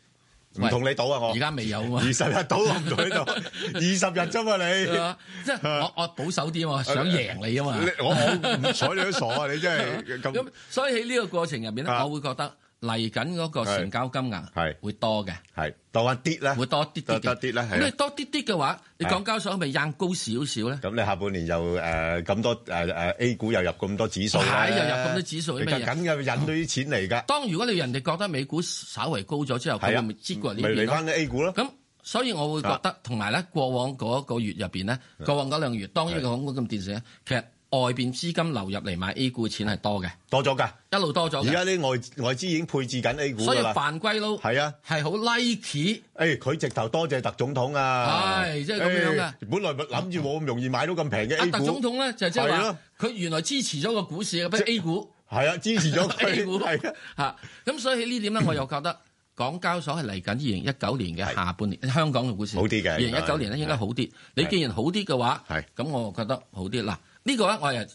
唔喂同你賭啊我而。家未有啊嘛 二。十日到我唔同你賭，二十日啫嘛你。係嘛即係我我保守 啲啊嘛，想贏你啊嘛。你我我唔睬你都傻啊！你真係咁咁所以喺呢個過程入邊咧，啊我會覺得嚟緊嗰個成交金係額會多嘅，係當一跌啦，會多啲啲嘅。多啲啦，咁你係啊。多啲啲嘅話，你係港交所咪硬高少少咧？咁你下半年又誒咁多誒誒 A 股又入咁多指數啦，係又入咁多指數你咩嘢啊緊嘅引到啲錢嚟㗎，當如果你人哋覺得美股稍為高咗之後，佢係會啊，咪擠過呢咪邊嚟咯翻？啲 A 股咯，啊咁所以我會覺得，同埋咧過往嗰個月入邊咧，過往嗰兩個月，當呢個港股咁電視咧，其實外邊資金流入嚟買 A 股嘅錢係多嘅，多咗㗎。一路多咗而嘅。家啲外外資已經配置緊 A 股所以㗎啦。犯規佬係啊，係好 like 誒，佢直頭多謝特總統啊。係即係咁樣㗎誒本來咪諗住冇咁容易買到咁平嘅阿 A 特總股，統咧，就即係係話咯佢原來支持咗個股市嘅，不如 A 股係啊，支持咗 A 佢，股係啊，嚇。咁所以呢點咧，我又覺得港交所係嚟緊二零一九年嘅下半年，香港嘅股市好啲嘅二零一九年咧應該好啲。你既然好啲嘅話，係咁我覺得好啲。嗱呢個咧我係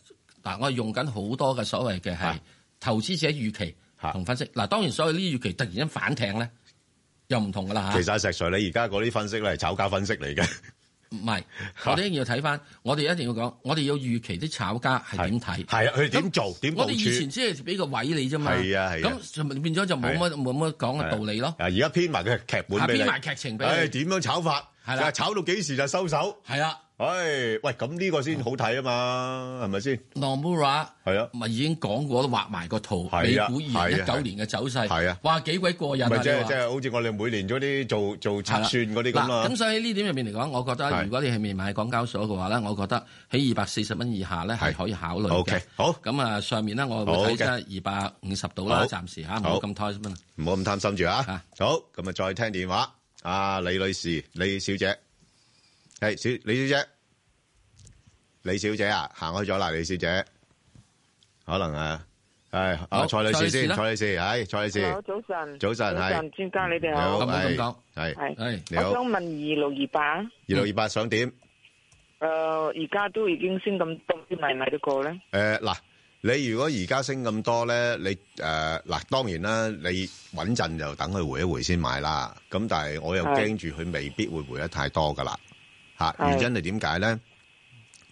嗱我係用緊好多嘅所謂嘅係嚇投資者預期嚇同分析。嗱當然所有呢啲預期突然間反艇咧，又唔同噶啦嚇其。實石 Sir，你而家嗰啲分析咧係炒家分析嚟嘅，唔係，我哋一定要睇翻，我哋一定要講，我哋要預期啲炒家係點睇。係啊，佢點做點部我哋以前署？只係俾個位你啫嘛。係啊係啊咁就變咗就冇乜冇乜講嘅道理咯啊，。而家編埋嘅劇本俾你，下編啊埋劇情俾你唉，點樣炒法？係啦就係炒到幾時就收手？係啊唉，喂，咁呢個先好睇啊嘛，係咪先？ ，Nomura 係啊，咪已經講過都畫埋個圖，美係啊股二零一九年嘅走勢。係啊哇幾鬼過癮咪啊！即係你即話係好似我哋每年嗰啲做做係測啦算嗰啲咁啊嗱啦咁，所以呢點入面嚟講，我覺得係如果你係未買港交所嘅話咧，我覺得喺二百四十蚊以下咧係係可以考慮嘅。 OK，好咁啊，上面咧我好會嘅睇即係二百五十度啦好，暫時嚇唔好好咁開心啦。唔好咁貪心住啊啊！好，咁啊，再聽電話。啊，李女士，李小姐，係小李小姐，李小姐啊，行開咗啦，李小姐，可能啊，係啊，好蔡女士先，蔡蔡女士，係蔡女士。早晨，早晨係專家你哋你好咁，好咁係講係係，係。你我好，想問二六二八，二六二八想點？誒，而家都已經升咁多，買唔買得過咧？誒呃嗱，你如果而家升咁多咧，你誒嗱當然啦，你穩陣就等佢回一回先買啦。咁但係我又係驚住佢未必會回得太多噶啦。嚇，係原因係點解咧？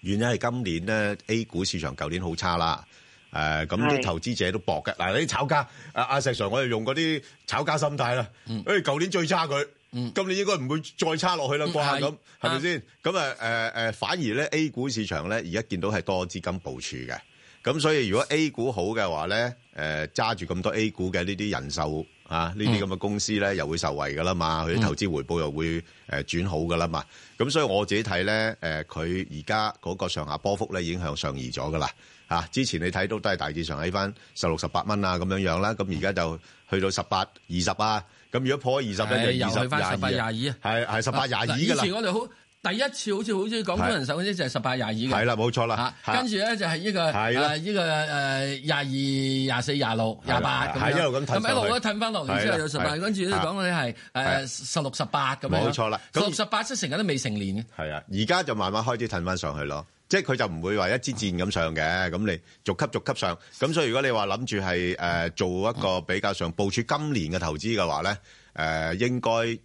原因係今年咧 A 股市場舊年好差啦。誒咁啲係投資者都搏嘅。嗱，你炒家阿阿石 Sir，我哋用嗰啲炒家心態啦。誒，舊年最差佢。嗯今年應該唔會再差落去啦嗯啩係咁，係咪啱先？咁啊誒誒，反而咧 A 股市場咧而家見到係多資金部署嘅，咁所以如果 A 股好嘅話咧，誒揸住咁多 A 股嘅呢啲人壽啊，呢嗯啲咁嘅公司咧又會受惠噶啦嘛，佢啲投資回報又會誒呃轉好噶啦嘛，咁所以我自己睇咧誒，佢而家嗰個上下波幅咧已經向上移咗噶啦。啊！之前你睇到都係大致上喺翻十六、十八蚊啊咁樣樣啦，咁而家就去到十八、二十啊，咁如果破咗二十係咧就又二十去翻十八廿二啊！係係十八廿二嗱㗎以前啦，我哋好第一次好似好似港股人手嗰啲就係十八廿二嘅。係啦冇錯啦啊，跟住咧就係呢個係啦誒呢個誒廿二、廿四、廿六、係啦廿八咁係樣一路咁褪上去咁一路都褪翻落嚟之後有十係啦八，係跟住咧啊講你係誒十六、十八咁樣。冇錯啦十咁六、十八即係成日都未成年嘅。係啊，而家就慢慢開始褪翻上去咯，即係佢就唔會話一支箭咁上嘅，咁你逐級逐級上，咁所以如果你話諗住係誒做一個比較上部署今年嘅投資嘅話咧，誒、應該誒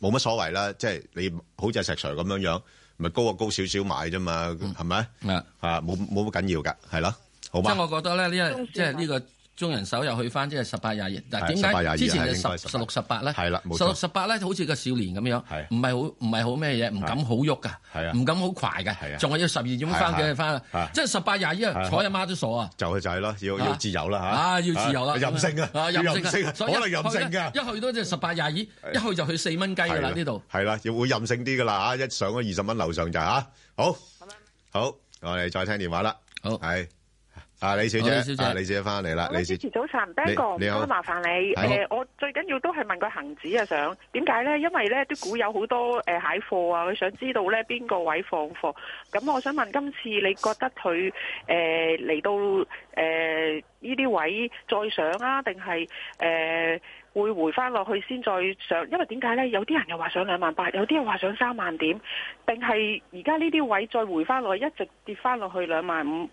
冇乜所謂啦，即係你好似阿石 Sir 咁樣樣，咪高啊高少少買啫嘛，係咪、啊啊？冇冇乜緊要㗎，係咯，好即係嘛？我覺得咧，呢個中線即係呢個中人手又去翻即係十八廿二。係嗱，點18廿二解啊之前係應該係係十18十六十八咧？係啦冇錯十六十八咧好似個少年咁樣，係唔係好唔係好咩嘢，唔敢好喐係啊噶，唔敢好快係啊嘅，仲係要十二點係啊翻係啊嘅翻啦係啊。即係十八廿係啊二，坐阿媽都傻啊！就係就係咯，要啊要自由啦嚇，啊，要自由啦，任性啊，要任性啊，可所以一能任性去㗎得。一去到就十八廿二，一去就去四蚊雞係啊㗎啦呢度。係啦，要會任性啲噶啦吓，啊一上咗啊二十蚊樓上就吓，好，好，我哋再聽電話啦，好係啊，李小姐，好李小姐啊，李小姐翻嚟啦，我李小支持早晨你，Ben 哥，唔你好該麻煩你。係誒，我最緊要都係問個恒指啊，想點解咧？因為咧啲股有好多誒蟹貨啊，佢想知道咧邊個位放貨。咁我想問，今次你覺得佢誒嚟到誒呢啲位再上啊，定係誒會呃回翻落去先再上？因為點解咧？有啲人又話上兩萬八，有啲又話上三萬點，定係而家呢啲位再回翻落去，一直跌翻落去兩萬五？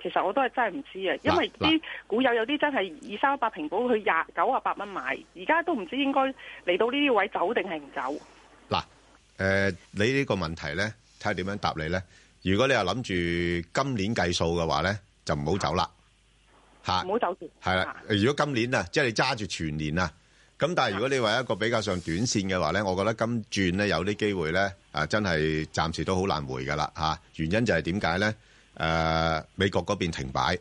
其實我都係真係唔知啊，因為嗱啲股友有啲真係二三百平保，佢廿九啊八蚊買，而家都唔知應該嚟到呢啲位走定係唔走。嗱，誒、你呢個問題咧，睇下點樣答你咧。如果你又諗住今年計數嘅話咧，就唔好走啦，嚇、唔好走住。係啦，如果今年啊，即係你揸住全年啊，咁但係如果你話一個比較上短線嘅話咧，我覺得今轉咧有啲機會咧，啊真係暫時都好難回噶啦嚇。原因就係點解咧？誒、美國嗰邊停擺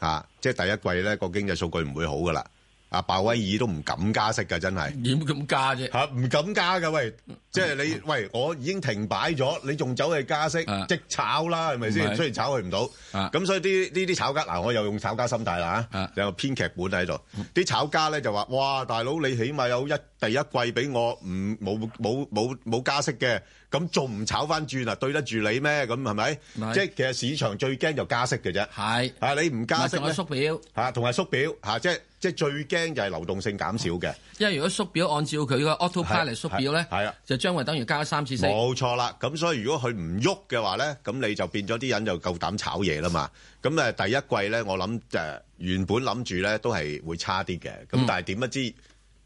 嚇、啊即係第一季咧個經濟數據唔會好噶啦。啊，鮑威爾都唔敢加息噶，真係。點咁加啫？吓唔敢加噶喂，即係你喂，我已經停擺咗，你仲走去加息啊，即炒啦，係咪唔先？係雖然炒佢唔到，啊咁所以啲呢啲炒家嗱，我又用炒家心態啦啊有個編劇本喺度，啲炒家咧就話：哇，大佬你起碼有一第一季俾我唔冇冇冇冇加息嘅，咁仲唔炒翻轉啊？對得住你咩？咁係咪？唔係即係其實市場最驚就加息嘅啫，係，啊你唔加咪息仲有咧縮表。嚇，同埋縮表嚇，即係即係最驚就係流動性減少嘅。因為如果縮表按照佢個 autopilot 係縮表咧，係係啊就將會等於加咗三次息。冇錯啦，咁所以如果佢唔喐嘅話咧，咁你就變咗啲人就夠膽炒嘢啦嘛。咁誒第一季咧，我諗誒、呃原本諗住咧都係會差啲嘅，咁但係點不知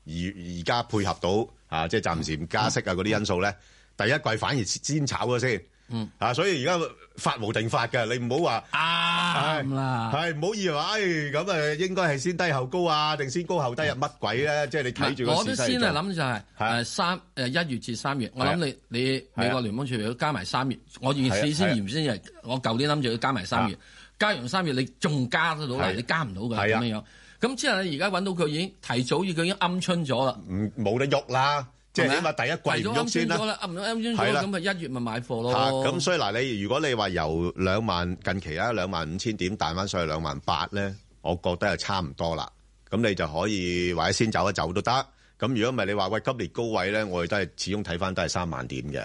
而而家配合到啊，即係暫時唔加息啊嗰啲因素咧，第一季反而先炒咗先。嗯，啊，所以而家法無定法嘅，你唔好話。啱啦，係唔好以為，唉咁誒，應該係先低後高啊，定先高後低啊？乜鬼咧？即係你睇住個我都市勢先做係諗就係係誒三誒一月至三月，我係啊諗你你啊美國聯邦儲備局加埋三月，我原係啊先係啊啊先原先係我舊年諗住要加埋三月，加完三月你仲加得到係啦啊，你加唔到㗎係咁啊樣樣。咁之後你而家揾到佢已經提早，佢已經鵪鶉咗啦，唔冇得喐啦，即係係起咪碼啊第一提季唔早喐鵪先鶉啦咗。啦，鵪鶉係咗啦啦，咁咪一月咪買貨咯。啊嚇咁、所以嗱，你如果你話由兩萬近期啊兩萬五千點彈翻上去兩萬八咧，我覺得係差唔多啦。咁你就可以或者先走一走都得。咁如果唔係你話喂今年高位咧，我哋都係始終睇翻都係三萬點嘅，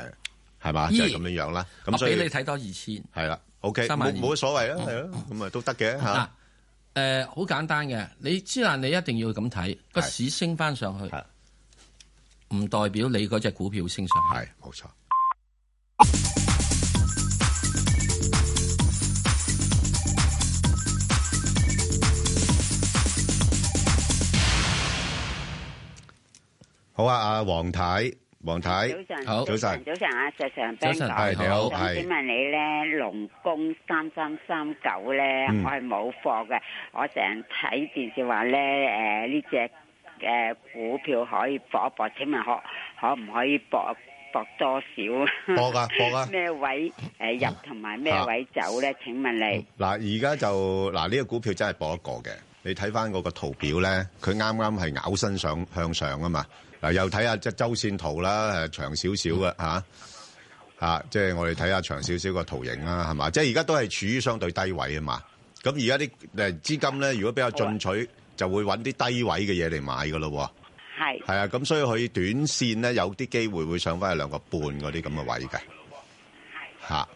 係嘛？咦就係咁樣樣啦。咁我所以俾你睇多二千。係啦，OK， 32,000冇冇乜所謂啦，係咯，咁啊都得嘅嗱嚇。，誒好簡單嘅，你知啦，你一定要咁睇個係市升翻上係去，唔代表你嗰只股票升上去。係冇錯。好啊，阿黃太，黃太，早晨，好早晨早晨啊，石常早 Ben 晨哥，係你好咁係請問你咧，龍工三三三九咧，嗯我係冇貨嘅，我成日睇電視話咧，誒呢只誒股票可以搏一搏，請問可可唔可以搏搏多少？搏啊搏啊 咩位誒入同埋咩位走咧？請問嗯你嗱，而家就嗱呢個股票真係搏一個嘅。你睇翻嗰個圖表咧，佢啱啱係咬身上向上啊嘛。嗱，又睇下即係周線圖啦，誒長少少嘅嚇嚇，即係我哋睇下長少少個圖形啦，係嘛？即係而家都係處於相對低位啊嘛。咁而家啲誒資金咧，如果比較進取，就會揾啲低位嘅嘢嚟買噶咯喎。係係啊，咁所以佢短線咧有啲機會會上翻去兩個半嗰啲咁嘅位嘅嚇。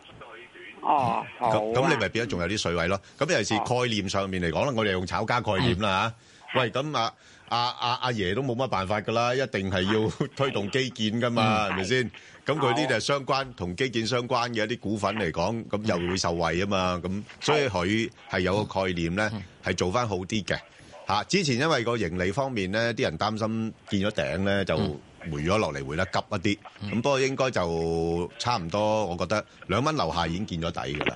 哦好啊咁咁你咪變咗仲有啲水位咯。咁尤其是哦概念上面嚟講啦，我哋用炒家概念啦嚇。喂，咁啊阿阿阿爺都冇乜辦法㗎啦，一定係要 推動基建㗎嘛，係咪先？咁佢呢啲就係相關同基建相關嘅一啲股份嚟講，咁又會受惠啊嘛。咁所以佢係有個概念咧，係做翻好啲嘅嚇。之前因為個盈利方面咧，啲人擔心見咗頂咧就。回咗落嚟，回得急一啲，咁不過應該就差唔多，我覺得兩蚊樓下已經見咗底㗎啦。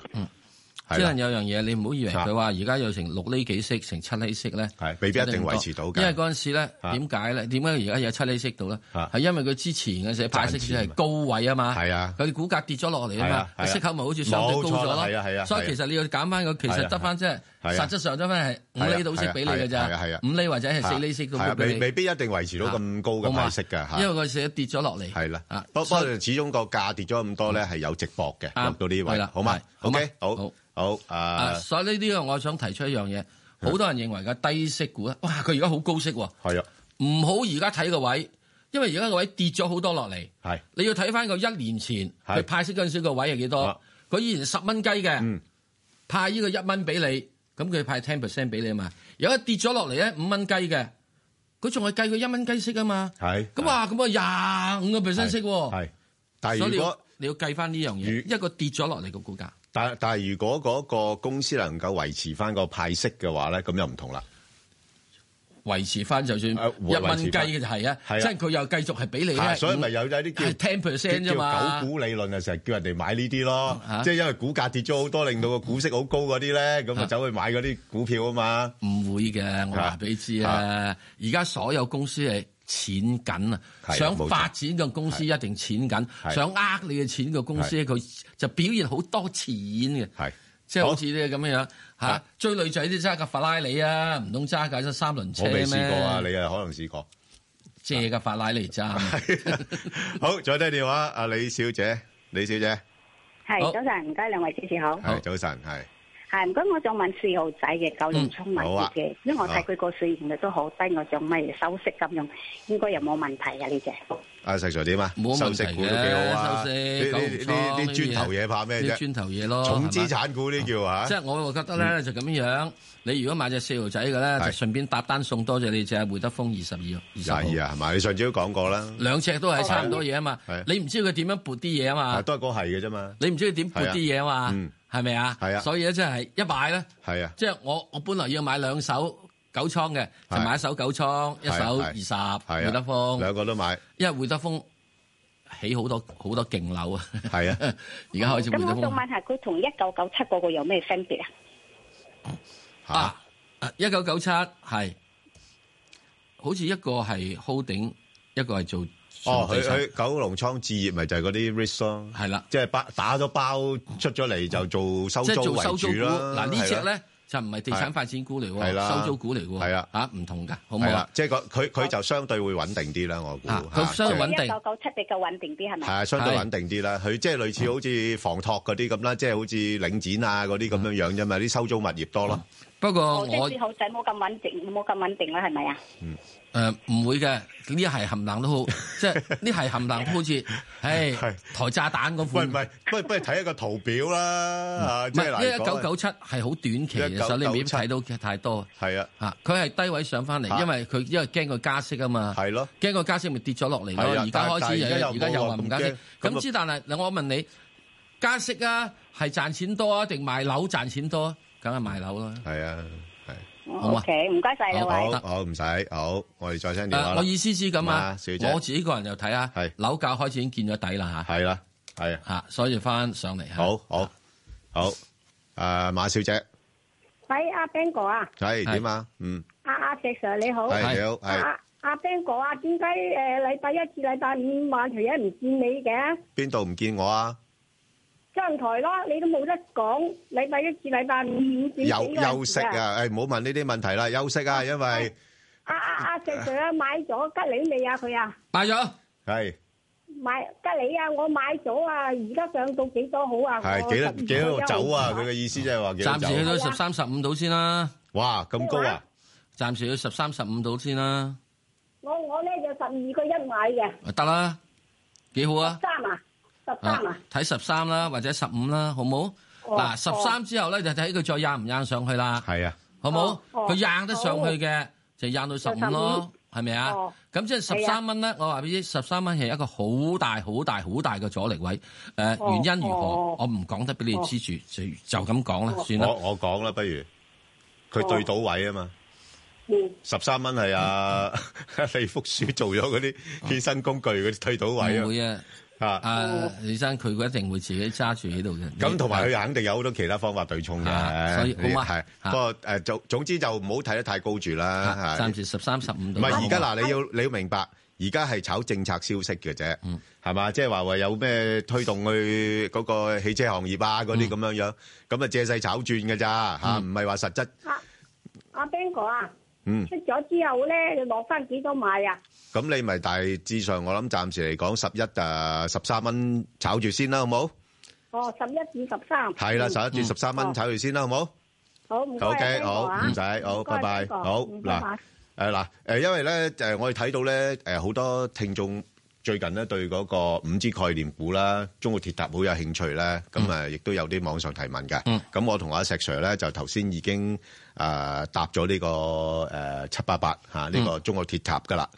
只係啦能有樣嘢，你唔好以為啊佢話而家有成六厘幾息，成七厘息咧，係未必一定維持到㗎因為嗰陣時咧，啊點解咧？點解而家有七厘息到咧？啊係因為佢之前嘅時候派息只賺錢係啊高位啊嘛，係啊佢哋股價跌咗落嚟係啊啊係嘛，啊息口咪好似相對高咗冇錯啦咯，係啊係啊所係啊以其實你要減翻個，其係啊實得翻即係係啊實質上真係五厘到息俾你嘅咋，係啊係啊係啊五厘或者係四厘息係啊咁俾未你啊未必一定維持到咁高好嘛嘅利息嘅嚇。因為佢成日跌咗落嚟。係啦啊，不不過所以始終個價跌咗咁多咧，係有直播嘅，啱落到呢係位，啦好嘛係好嘛？OK，好好，好，啊，誒，所以呢啲我想提出一樣嘢，嗯好多人認為嘅低息股 咧，哇，佢而家好高息喎，係啊，唔好而家睇個位，因為而家個位跌咗好多落嚟，係你要睇翻個一年前係佢派息嗰陣時個位係幾啊多？佢以前十蚊雞嘅嗯，派呢個一蚊俾你，咁佢派 ten percent 俾你嘛，而家跌咗落嚟咧五蚊雞嘅，佢仲係計佢一蚊雞息啊嘛，係咁啊咁啊廿五個 percent 息喎，係。但所係以你如果要你要計翻呢樣嘢，一個跌咗落嚟嘅股價。但但係如果嗰個公司能夠維持翻個派息嘅話咧，咁又唔同啦。維持翻，就算啊一會蚊維持雞返嘅就係啊，係啊即係佢又繼續係俾你啊咧，所以咪有有啲叫係10%叫啫嘛狗股理論啊，成日叫人哋買呢啲咯啊，即係因為股價跌咗好多，令到個股息好高嗰啲咧，咁啊啊走去買嗰啲股票啊嘛。唔會嘅，我話俾你知啊！而家所有公司係錢緊啊，係想冇錯發展嘅公司一定錢緊，係想呃你嘅錢嘅公司佢就表現好多錢嘅，係即係好好似呢咁樣啊嚇追女仔都揸架法拉利啊，唔通揸架咗三輪車我未咩？試過啊，你啊可能 試過。借架法拉利揸。好，再聽電話，阿李小姐，李小姐，係好早晨，唔該兩位主持好。係好早晨，係係唔該，我想問四號仔嘅九年衝埋好啊啲嘅，因為我好睇佢個市盈率都好低，我想乜嘢收息咁樣，應該又冇問題嘅呢只。阿石 Sir 點啊？冇收乜問息題股都幾好啊！嘅，收呢息九呢唔呢呢錯磚頭嘢 怕咩啲啫？磚頭嘢咯，重係資嘛產股呢叫啊即係我覺得咧就咁樣，你如果買只四號仔嘅咧，係就順便搭單送多謝你只會德豐二十二二十廿號，二啊，係嘛？你上次都講過啦，兩隻都係差唔多嘢啊嘛係。你唔知佢點樣撥啲嘢啊啊嘛，都係嗰係嘅啫嘛，你唔知佢點撥啲嘢啊係啊嗯嘛，係咪啊？係啊所以咧即係一買咧，係啊，即係我我本來要買兩手九倉嘅，就係買一手九倉，一手二十係啊，會德豐，兩個都買， 因為會德豐起好多好多勁樓啊， 係啊，而家開始會哦咁德我想豐。問下佢同一九九七嗰個有咩分別啊？嚇啊，一九九七係，好似一個係 holding，一個係做哦，佢純地產佢九龍倉置業咪就係嗰啲 risk 咯，係啦，即係包打咗包出咗嚟就做收即係租做為收租主股。啦。嗱呢只係啦，咧就唔係地係產發展股嚟係啦喎，收租股嚟喎，係啊嚇唔同㗎，好唔好係啊啦？，即係個佢佢就相對會穩定啲啦，我估啊嚇佢相對即係穩定一九九七比較穩定啲係咪？係啊，相對穩定啲啦。佢即係類似好似房託嗰啲咁啦，即係好似領展啊嗰啲咁樣樣啫嘛，啲收租物業多咯。不過哦，即我係好仔冇咁穩定，冇咁穩定啦，係咪啊？誒呃唔會嘅，呢係冚冷都 好，即係呢係冚冷都好似，唉係台炸彈嗰喂，款唔。係，不如不如睇一個圖表啦，嚇唔即係啊係，嗱，一九九七係好短期嘅，所以你未必睇到太多係啊，嚇。佢係低位上翻嚇嚟，因為佢因為驚佢加息啊嘛。係咯，驚個加息咪跌咗落嚟咯，係啊而但家開始但而家又又而家又話唔加冇喎息，咁驚咁啊咁之但係嗱我問你，加息啊係賺錢多啊定賣樓賺錢多啊？梗係賣樓啦。係啊，係。好啊 O K，唔該晒兩位。好好唔使，好，我哋再聽電話誒，啦我。意思知咁啊啊小姐，我自己個人就睇下係，樓價開始已經見咗底啦係啦，係啊，嚇嚇，所以翻上嚟嚇。好好好，誒，馬小姐，喂，阿 Ben 哥啊，係係點啊？嗯，阿阿石 Sir 你好，係係你好，係阿阿 Ben 哥啊，點解誒禮拜一至禮拜五晚條嘢唔見你嘅？邊度唔見我啊？商台咯，你都冇得講。禮拜一至禮拜五五點幾嗰休陣時休息！啊！誒，唔好問呢啲問題啦，休息啊，因為阿阿阿石 Sir 啊，買咗吉利未啊？佢啊，買咗係買吉利啊，我買咗啊，而家上到幾多好啊？係我幾多12幾多度走啊？號佢嘅意思即係話幾多暫時去走？到十三十五度先啦，哇，咁高啊！暫時去十三十五度先啦，我我咧就十二個一買嘅，得啦，幾好啊！三啊，十啊三啊，睇十三啦，或者十五啦，好冇？哦嗱，十三之後咧就睇佢再硬唔硬上去啦。係啊，好冇哦？哦佢硬得上去嘅就硬到十五咯，係咪啊哦？咁即係係啊十三蚊咧，我話俾你知，十三蚊係一個好大、好大、好大嘅阻力位。呃哦誒，原因如何哦，我唔講得俾你知住，就就咁講啦，算啦我。我講啦，不如佢對到位啊嘛。嗯，十三蚊係啊，嗯 李福樹做咗嗰啲健身工具嗰啲推到位啊唔會啊，啊，啊，哦阿李生佢一定會自己揸住喺度嘅。咁同埋佢肯定有好多其他方法對沖嘅，啊所以好嘛係啊不過誒總總之就唔好睇得太高住啦，啊係暫時十三十五度。唔係而家好嘛嗱，你要你要明白，而家係炒政策消息嘅啫，係嘛？即係話話有咩推動去嗰個汽車行業啊，嗰啲咁樣樣，咁啊借勢炒轉嘅咋嚇，唔係話實質。阿 Ben 哥啊，嗯出咗之後咧，你落翻幾多買啊？咁你咪大致上，我諗暫時嚟講十一啊十三蚊炒住先啦，好冇？哦，十一至十三。係啦，嗯十一至十三蚊炒住先啦，好冇？好唔該 O 啊 K， ，Ben 哥好，啊，唔使，好，唔該拜拜， ，Ben 哥好唔該嗱拜，誒嗱，誒因為咧，誒我哋睇到咧，誒好多聽眾最近咧對嗰個五 G 概念股啦、中國鐵塔好有興趣咧，咁誒亦都有啲網上提問嘅。咁我同阿石 Sir 咧就頭先已經誒答咗呢個誒七八八嚇呢個中國鐵塔噶啦。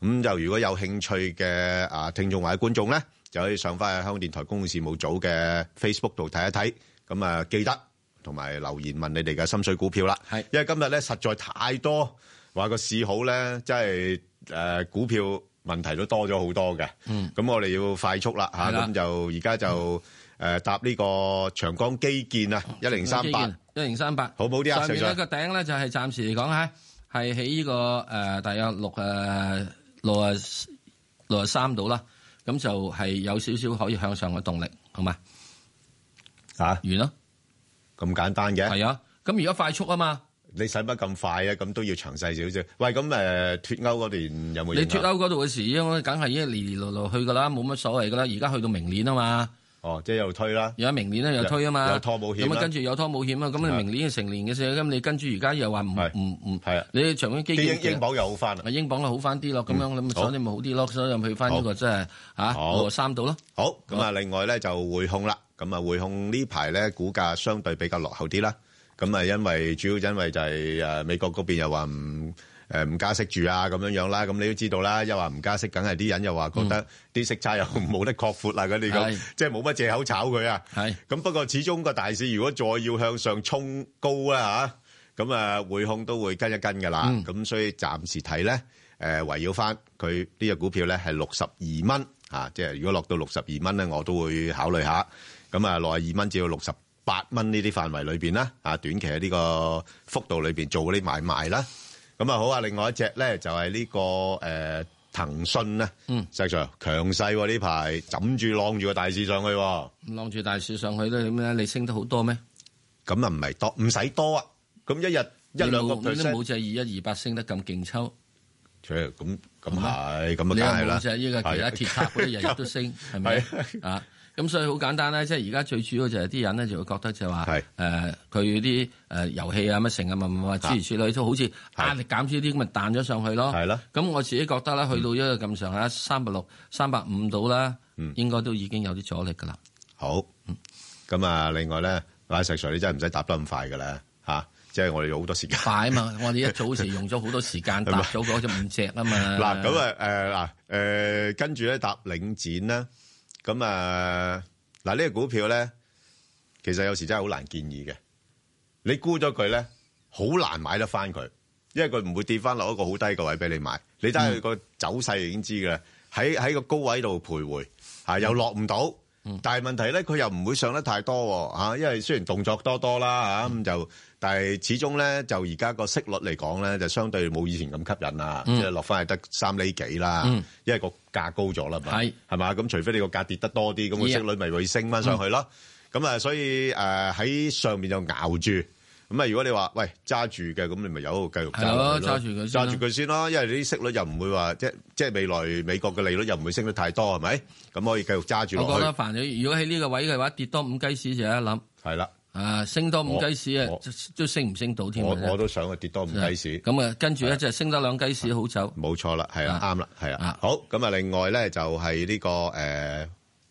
咁就如果有興趣嘅啊聽眾或者觀眾咧，就可以上翻去香港電台公共事務組嘅 Facebook 度睇一睇。咁啊，記得同埋留言問你哋嘅心水股票啦。係因為今日咧實在太多話個市好咧，即係誒股票問題都多咗好多嘅。嗯，咁我哋要快速啦嚇，係啦咁就而家就誒搭呢個長江基建啊，一零三八。一零三八，好唔好啲啊上石面 Sir？呢個頂咧就係暫時嚟講嚇，係喺呢個誒大約六誒六啊六啊三度啦，咁就係有少少可以向上嘅動力，好嘛？嚇完咯，咁簡單嘅。係啊，咁而家快速啊嘛。你使乜咁快啊？咁都要詳細少少。喂，咁誒脱歐嗰段有冇你影響脱歐嗰度嘅時，因為梗係已經嚟嚟落落去噶啦，冇乜所謂噶啦。而家去到明年啊嘛，哦，即係又推啦。而家明年咧又推啊嘛，有有拖保險啦咁啊跟住有拖保險啊，咁係你明年成年嘅時，咁你跟住而家又話唔係唔唔，係啊你長遠基啲建英英鎊又好翻啦咪。英鎊啦好翻啲咯，咁樣咁所以咪好啲咯，所以咪去翻呢個即係嚇嗯好六三度咯。好，咁啊，另外咧就匯控啦。咁啊，匯控呢排咧股價相對比較落後啲啦。咁啊，因為主要因為就係誒美國嗰邊又話唔誒唔加息住啊咁樣樣啦。咁你都知道啦，又話唔加息，梗係啲人又話覺得啲息差又冇得擴闊啦，嗰啲咁係，即係冇乜藉口炒佢啊。係咁不過始終個大市如果再要向上衝高啊嚇，咁啊匯控都會跟一跟噶啦。嗯咁、所以暫時睇咧，誒、圍繞翻佢呢只股票咧係六十二蚊啊，即係如果落到六十二蚊咧，我都會考慮下。咁啊，六廿二蚊至到六十八蚊呢啲範圍裏邊啦，啊短期喺呢個幅度裏邊做嗰啲買賣啦。咁啊好啊，另外一隻咧就係、呢、個誒、呃、騰訊咧，嗯，石 Sir 強勢喎呢排，枕住浪住個大市上去、喎。浪住大市上去咧，點咧？你升得好多咩？咁啊唔係多，唔使多啊。咁一日一兩你個冇你都 percent，冇隻二一二八升得咁勁抽，切咁咁係係，咁啊梗你又係冇啦。隻呢個其他鐵塔嗰啲日日都 升，係咪係啊？咁所以好簡單咧，即係而家最主要就係啲人咧就會覺得就話係誒佢啲誒遊戲啊乜成啊乜乜乜諸如此類，都好似壓力減少啲咁咪彈咗上去咯。係啦嗯咁我自己覺得咧，去到一個咁上下三百六、三百五度啦，應該都已經有啲阻力㗎啦。好，咁啊另外咧，阿石 Sir 你真係唔使答得咁快㗎啦嚇，即係我哋有好多 時間。快啊嘛！我哋一早時用咗好多時間搭咗嗰只五隻啊嘛。 嗱咁啊誒嗱誒，跟住咧搭領展啦，咁啊嗱呢個股票咧，其實有時真係好難建議嘅。你沽咗佢咧，好難買得翻佢，因為佢唔會跌翻落一個好低嘅位俾你買。你睇下佢個走勢已經知㗎啦，喺喺個高位度徘徊嚇，又落唔到。但係問題咧，佢又唔會上得太多喎、啊因為雖然動作多多啦嚇，咁、就但係始終咧就而家個息率嚟講咧，就相對冇以前咁吸引啦，即係落翻係得三厘幾啦，嗯因為個價高咗啦嘛，係係嘛？咁除非你個價跌得多啲，咁、個息率咪會升翻上去咯。咁啊、所以誒喺、上面就咬住。咁啊，如果你話喂揸住嘅，咁你咪有繼續揸落去係咯揸住佢先啦揸住佢先啦，因為你啲息率又唔會話即即係未來美國嘅利率又唔會升得太多，係咪？咁可以繼續揸住我落覺去得。煩咗。如果喺呢個位嘅話，跌多五雞屎就有一諗。係啦，啊，升多五雞屎啊我，都都升唔升到添啊我真係我都想佢跌多五雞屎，咁啊，跟住咧就升得兩雞屎好走。冇錯啦，係啦，啊啱啦，係啦啊。好，咁啊，另外咧就係呢個誒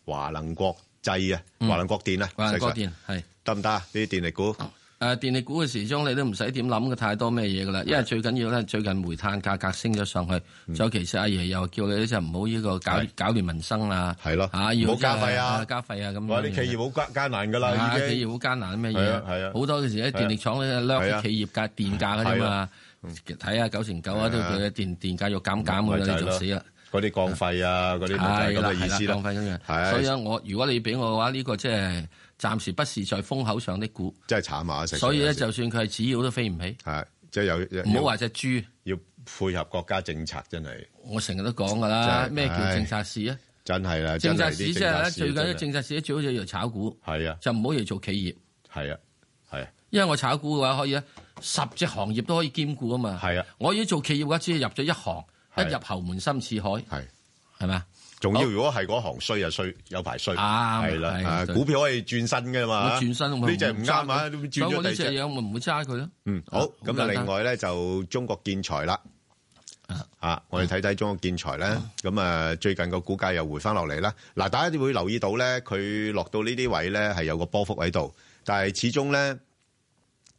華能國際啊，華能國電啊，華能國 Sir，電係得唔得啊？呢啲電力股誒電力股嘅時鐘，你都唔使點諗嘅太多咩嘢㗎啦，因為最緊要咧，最近煤炭價格升咗上去，所以其實阿爺又叫你咧就唔好呢個搞嗯係搞亂民生啦，係咯嚇要唔好加費啊加費啊咁樣。哇，啲企業好艱艱難㗎啦，啊已企經業好艱難咩係嘢啊係啊好多嘅時咧係啊電力廠咧掠係啊啲企業價電價㗎啫係啊嘛，睇下九成九啊，都佢嘅電電價要減減㗎咪就啦，係你就咯死啦。嗰啲降費啊，嗰啲咪係啦，就係咁嘅意係思啦，啦浪。費咁係啊樣。所以咧，我如果你俾我嘅話，呢個即係暫時不是在風口上的股，真係慘啊！石哎 Sir，所以咧有時就算佢係紙鷂都飛唔起。係即係有有唔好話只豬，要配合國家政策，真係我成日都講㗎啦，真係咩叫唉政策市啊？真係啦，政真策係市啲即係咧，政最緊要策市政策市最好就要炒股，真係係啊，就唔好要做企業，係啊，係啊，因為我炒股嘅話可以啊，十隻行業都可以兼顧啊嘛。係啊，我要做企業嘅話，只係入咗一行，一係入侯門深似海，係。係咪啊？仲要好如果係嗰行衰就衰，有排衰啱係啦，係啊對股票可以轉身嘅我嘛，轉身我咪呢隻唔啱啊，揸都佢轉所以咗我第呢二隻隻。嘢我咪唔會揸佢咯。嗯，好。咁啊，簡單另外咧就中國建材啦，啊啊，我哋睇睇中國建材咧，咁啊最近個股價又回翻落嚟啦。嗱，大家會留意到咧，佢落到呢啲位咧係有個波幅喺度，但係始終咧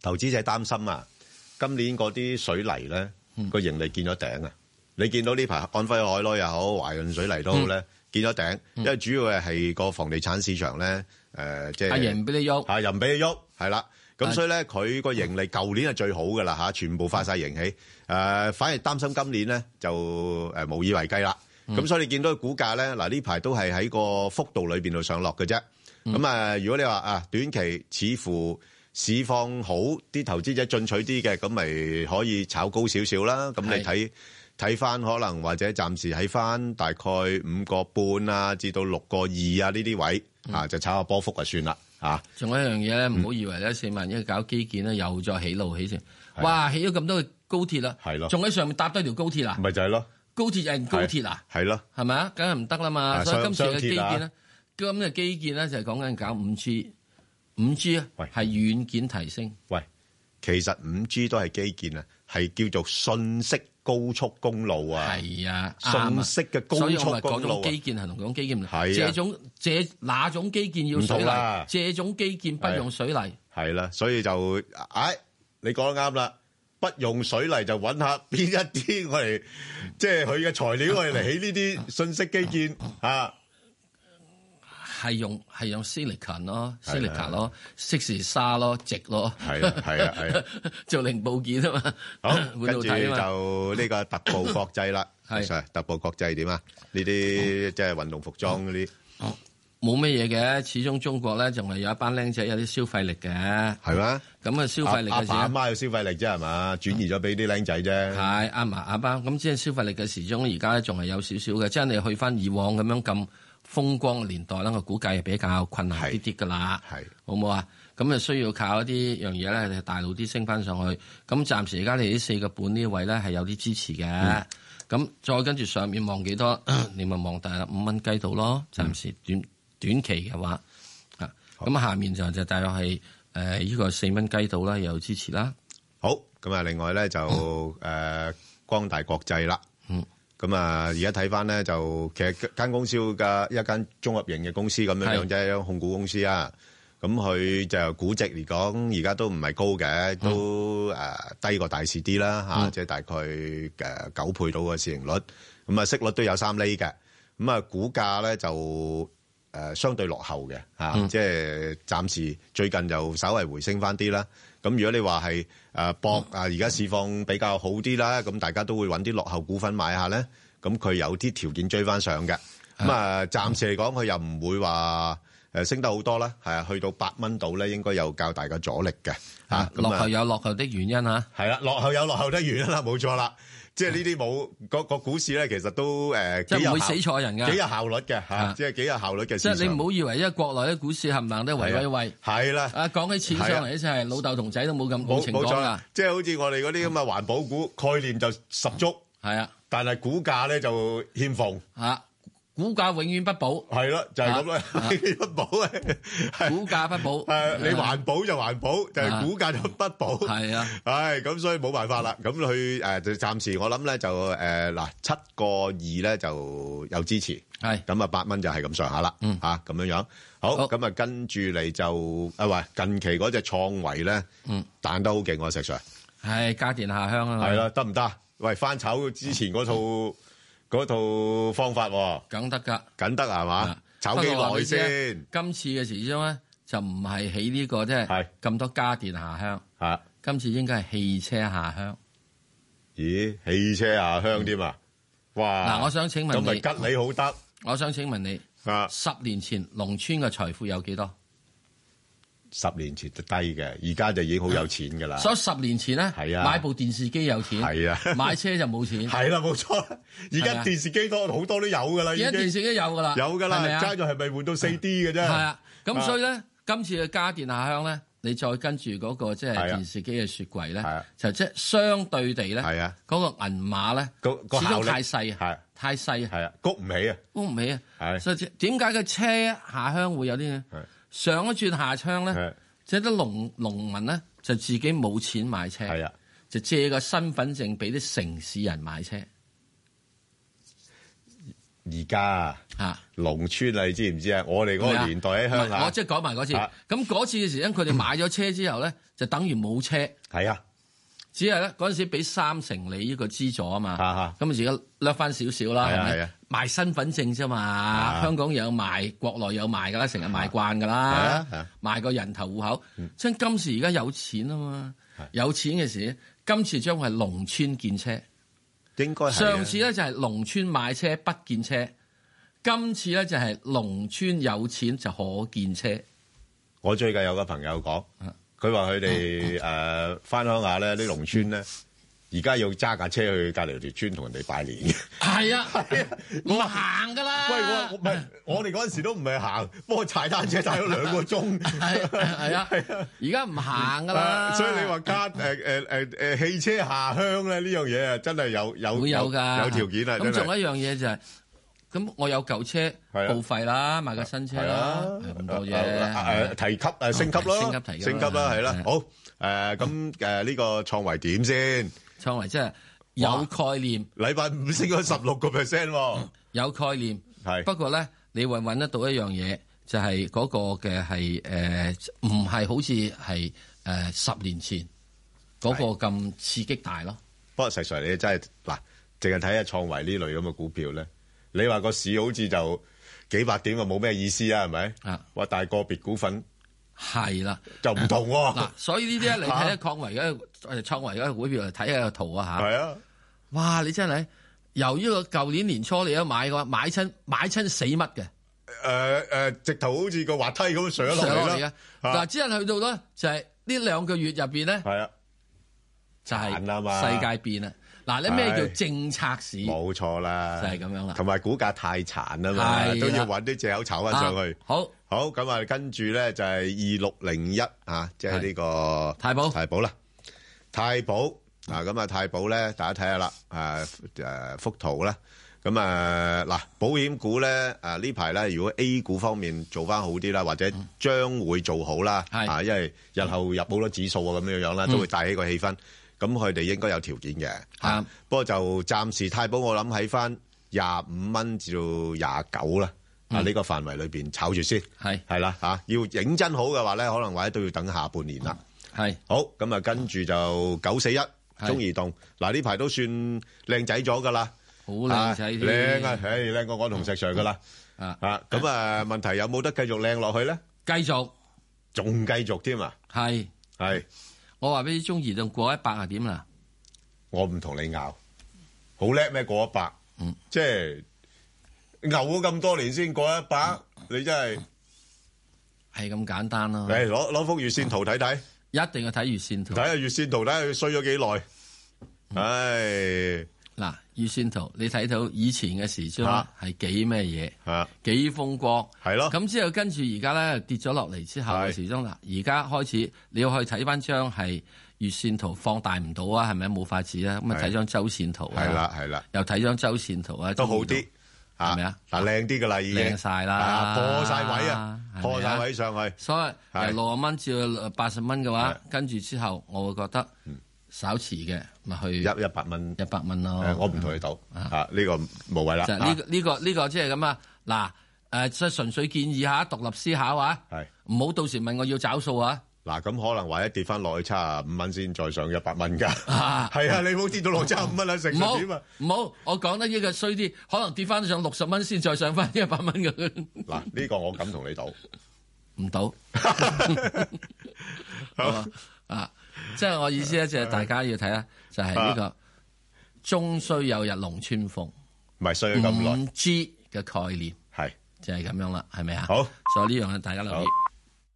投資者擔心啊，今年嗰啲水泥咧個盈利見咗頂啊！你見到呢排安徽海螺又好，華潤水泥都好咧，見咗頂，因為主要係個房地產市場咧，誒啊即係阿爺唔俾你喐，係又唔俾佢喐，係啦。咁係所以咧，佢個盈利舊年係啊最好噶啦嚇，全部發晒盈喜。誒、反而擔心今年咧就誒無以為繼啦。咁、所以你見到個股價咧，嗱呢排都係喺個幅度裏邊度上落嘅啫。咁啊、如果你話啊短期似乎市況好，啲投資者進取啲嘅，咁咪可以炒高少少啦。咁你係睇睇翻可能或者暫時喺翻大概五個半啊，至到六個二啊呢啲位、啊，就炒下波幅就算啦嚇。啊仲有一樣嘢咧，唔好以為咧四萬一搞基建咧又再起路起先，哇起咗咁多高鐵啦，係咯仲喺上面搭多條高鐵啊，咪就係咯，高鐵人高鐵啊，係咯，係咪啊？梗係唔得啦嘛，啊所以今次雙嘅雙基鐵啊建咧，今日基建咧就係講緊搞五 G，五 G 啊喂係軟件提升，喂，其實五 G 都係基建啊，係叫做信息高速公路啊，係啊，啱啊信息嘅高所以我咪速講公咗路啊基，建係同講基建唔同，係啊這種這哪種基建要水唔同泥啦，這種基建不用水泥。係啦，所以就，唉，你講得啱啦，不用水泥就揾下邊一啲 我哋，即係佢嘅材料我哋嚟起呢啲信 息基建啊，係用係用 silicon 咯係啦，silicon 咯，即時沙咯，直咯，係啊係啊係啊， 做零部件啊嘛， 好，會跟到住睇啊嘛，就呢個特步國際啦，係 Sir，特步國際點啊？呢啲即係運動服裝嗰啲，冇乜嘢嘅，始終中國咧仲係有一班僆仔有啲消費力嘅，咁係嘛？啊消費力阿嘅阿爸阿時，媽有消費力啫係嘛，轉移咗俾啲僆仔啫。係啱埋啱啱，咁即係消費力嘅時鐘，而家咧仲係有少少嘅，即係你去翻以往咁樣咁風光嘅年代咧，我估計係比較困難啲啲㗎啦，係好唔好啊？咁啊需要靠一啲樣嘢咧，大路啲升翻上去。咁暫時而家你呢四個半呢位咧係有啲支持嘅。嗯咁、再跟住上面望幾多， 你咪望大約五蚊雞度咯。暫時短、短期嘅話，啊，咁下面就就大約係誒呢個四蚊雞度啦，有支持啦。好，咁啊，另外咧就誒光大國際啦。嗯。咁啊，而家睇翻咧就其實間公司嘅一間綜合型嘅公司咁樣樣啫，一間控股公司啊。咁佢就估值嚟講，而家都唔係高嘅，都誒低過大市啲啦嚇，嗯即係大概誒九倍到嘅市盈率。咁啊，息率都有三厘嘅。咁啊，股價咧就誒相對落後嘅嚇，即係暫時最近就稍為回升翻啲啦。咁如果你話係誒博啊，而家市況比較好啲啦，咁大家都會揾啲落後股份買下咧。咁佢有啲條件追翻上嘅。咁啊，暫時嚟講，佢又唔會話誒升得好多啦。係啊，去到八蚊度咧，應該有較大嘅阻力嘅嚇。咁落啊後有落後的原因啊嚇。係啦，落後有落後得完啦，冇錯啦。即係呢啲冇個個股市咧，其實都誒即係幾有唔會效死錯人㗎幾有效率嘅嚇，啊即係幾有效率嘅市即場。係你唔好以為，因為國內啲股市冚唪唥都係係維啊維維。係啦，啊，講起錢上嚟，即係老豆同仔都冇咁冇冇情冇講錯啊啦啦。。即係好似我哋嗰啲咁嘅環保股概念就十足，係啊，但係股價咧就欠奉。嚇，股價永遠不 保，係啦，就係咁啦 啊啊，不保係股價不保。 誒，你環保就環保，就係股價就不保。係啊，唉，咁所以冇辦法啦。咁佢誒就暫時我諗咧就誒嗱七個二咧就有支持，係咁啊八蚊就係咁上下啦，嗯嚇咁樣樣。好，好咁啊跟住嚟就啊喂，近期嗰只創維咧，嗯彈得好勁喎，石 Sir。係家電下鄉啊，係，啦，得唔得？喂，翻炒之前嗰套嗰套方法喎，梗得㗎。緊得係嘛啊？炒幾耐先？？不過我話俾你知今次嘅時鐘咧，就唔係起呢個即係係咁多家電下鄉，嚇？今次應該係汽車下啊鄉。咦，汽車下鄉添啊！哇！嗱，我想請咁問咪你，吉你好得我想請問你，啊！十年前農村嘅財富有幾多？十年前就低嘅，而家就已經好有錢㗎啦。所以十年前咧，係啊買部電視機有錢，係啊 買車就冇錢。係啦，冇錯啦。而係家啊電視機多好多都有㗎啦，已而家電視經機有噶啦，有㗎啦係咪，啊爭在係咪換到四 D 嘅啫。係啊，咁所以咧，咧，今次嘅家電下鄉咧，你再跟住嗰個即係係啊電視機嘅雪櫃係啊咧，就即係相對地咧，係啊嗰個銀碼咧，個個始效終率太細係啊，太細啊，係啊，谷唔起啊，估唔起啊，係所以點解個車下鄉會有啲呢係上一轉下鄉係啊咧，即係啊啲農農民咧就自己冇錢買車，係啊，就借個身份證俾啲城市人買車而家嚇。農村啊，你知唔知啊？我哋嗰個年代喺鄉唔係我下即，係講埋嗰次。啊咁嗰次嘅時因佢哋買咗車之後咧，就等於冇車，係啊，只係咧嗰陣時俾三成你呢個資助啊嘛。啊啊咁而家掠翻少少啦，係啊係係咪啊？賣身份證啫嘛，香港有賣，國內有賣㗎啦，成日賣慣㗎啦係啊係啊，嗯賣個人頭戶口。即係今時而家有錢啊嘛，有錢嘅時，今次將會係農村建車。應該係啊上次咧就係農村買車不見車，今次咧就係農村有錢就可見車。我最近有個朋友講，佢話佢哋誒翻鄉下咧，啲農村咧，而家要揸架車去隔離條村同人哋拜年。係 啊，我行噶啦。 喂，我 我唔係我哋嗰陣時都唔係行，不過踩單車踩咗兩個鐘。 係係啊，而家唔行噶啦。啊所以你話加誒誒誒誒汽車下鄉咧呢樣嘢啊，真係有有會有㗎，有條件啊！咁真仲有係一樣嘢就係，咁我有舊車係啊報廢啦，買架新車係啦，啊係咁多誒嘢。提級誒升級咯，升級提級啦升級啦，係啦係啊，好誒咁誒呢個創維點先？ 創維真係有概念，禮拜五升咗十六個 percent 喎，有概念。係不過咧，你會揾得到一樣嘢，就係嗰個嘅係誒，唔係好似係誒十年前嗰個咁刺激大咯。不過石 Sir 你真係嗱，淨係睇下創維呢類咁嘅股票咧，你話個市好似就幾百點啊，冇咩意思啊，係咪？啊哇！但係個別股份係啦。就唔同 喎，嗱，所以呢啲咧，你睇下創維嗰個誒創維嗰個股票，睇下個圖啊嚇。係啊，哇！你真係由於個舊年年初你都買嘅話，買親買親死乜嘅誒誒，直頭好似個滑梯咁上咗落上落嚟嚟嘅啊啦。。嗱，只係去到咧就係呢兩個月入邊咧，係啊，就慘啦嘛係世界變啦。嗱，你咩唉叫政策市？冇錯啦，就係咁樣啦同埋股價太殘啊嘛，係啦都要揾啲藉口炒翻啊上去。好，好，咁啊，跟住咧就係二六零一啊，即係呢個太保太保啦，太保啊，咁啊，太保咧，大家睇下啦，啊誒幅圖啦，咁啊嗱，保險股咧啊呢排咧，如果 A 股方面做翻好啲啦，或者將會做好啦，嗯係嗯啊，因為日後入好多指數啊咁樣樣啦，都會帶起個氣氛，咁佢哋應該有條件嘅，啱啊不過就暫時太保我諗喺翻廿五蚊至到廿九啦，啊嗯呢個範圍裏邊炒住先。係系啦吓，要認真好嘅話咧，可能或者都要等下半年啦。係好，咁啊跟住就九四一中移動，嗱呢排都算靚仔咗噶啦，好靚仔啊添靚啊，唉靚過我同石 Sir 噶啦，啊！啊咁啊問題有冇得繼續靚落去咧？繼續仲繼續添啊？係，係我話俾你，中移動過一百係點啊啦？我唔同你拗，好叻咩？過一百，即係牛咗咁多年先過一百，你真係係咁簡單咯，嚟攞攞幅月線圖睇睇。一定要睇月線圖睇。下月線圖，睇下佢衰咗幾耐。唉，嗱，月線圖你睇到以前嘅時鐘啊係幾咩嘢？嚇幾風光，係咯咁之後跟住而家咧跌咗落嚟之後係嘅時鐘嗱，而家開始你要去睇翻張係月線圖放大唔到啊，係咪冇法子啊？咁啊係睇張周線圖啊，係啦係啦，又睇張周線圖啊，都好啲嚇。係咪啊嗱，靚啲噶啦，已經靚晒啦啊破晒位啊係咪，啊破晒位上去。所以係由六十蚊至到八十蚊嘅話係，跟住之後我會覺得稍遲嘅咪去嗯一一百蚊，一百蚊咯。誒我唔啊同你賭嚇，呢個無謂啦。就係呢個呢個呢個即係咁啊！嗱誒，即係純粹建議下，獨立思考啊，係唔好到時問我要找數啊！嗱，咁可能或者跌翻落去七啊五蚊先再上一百蚊㗎。啊係啊，你冇跌到落七啊五蚊啦，食唔好咗點啊？唔好，我講得呢個衰啲，可能跌翻上六十蚊先再上翻一百蚊嘅，嗱，呢個我敢同你賭。唔 到好好啊！即係我意思咧，就係大家要睇下，就係啊呢個終須有日龍穿鳳唔係衰咗咁耐五 G 嘅概念，係。就係咁樣啦，係咪啊？好，所以呢樣嘢大家留好意。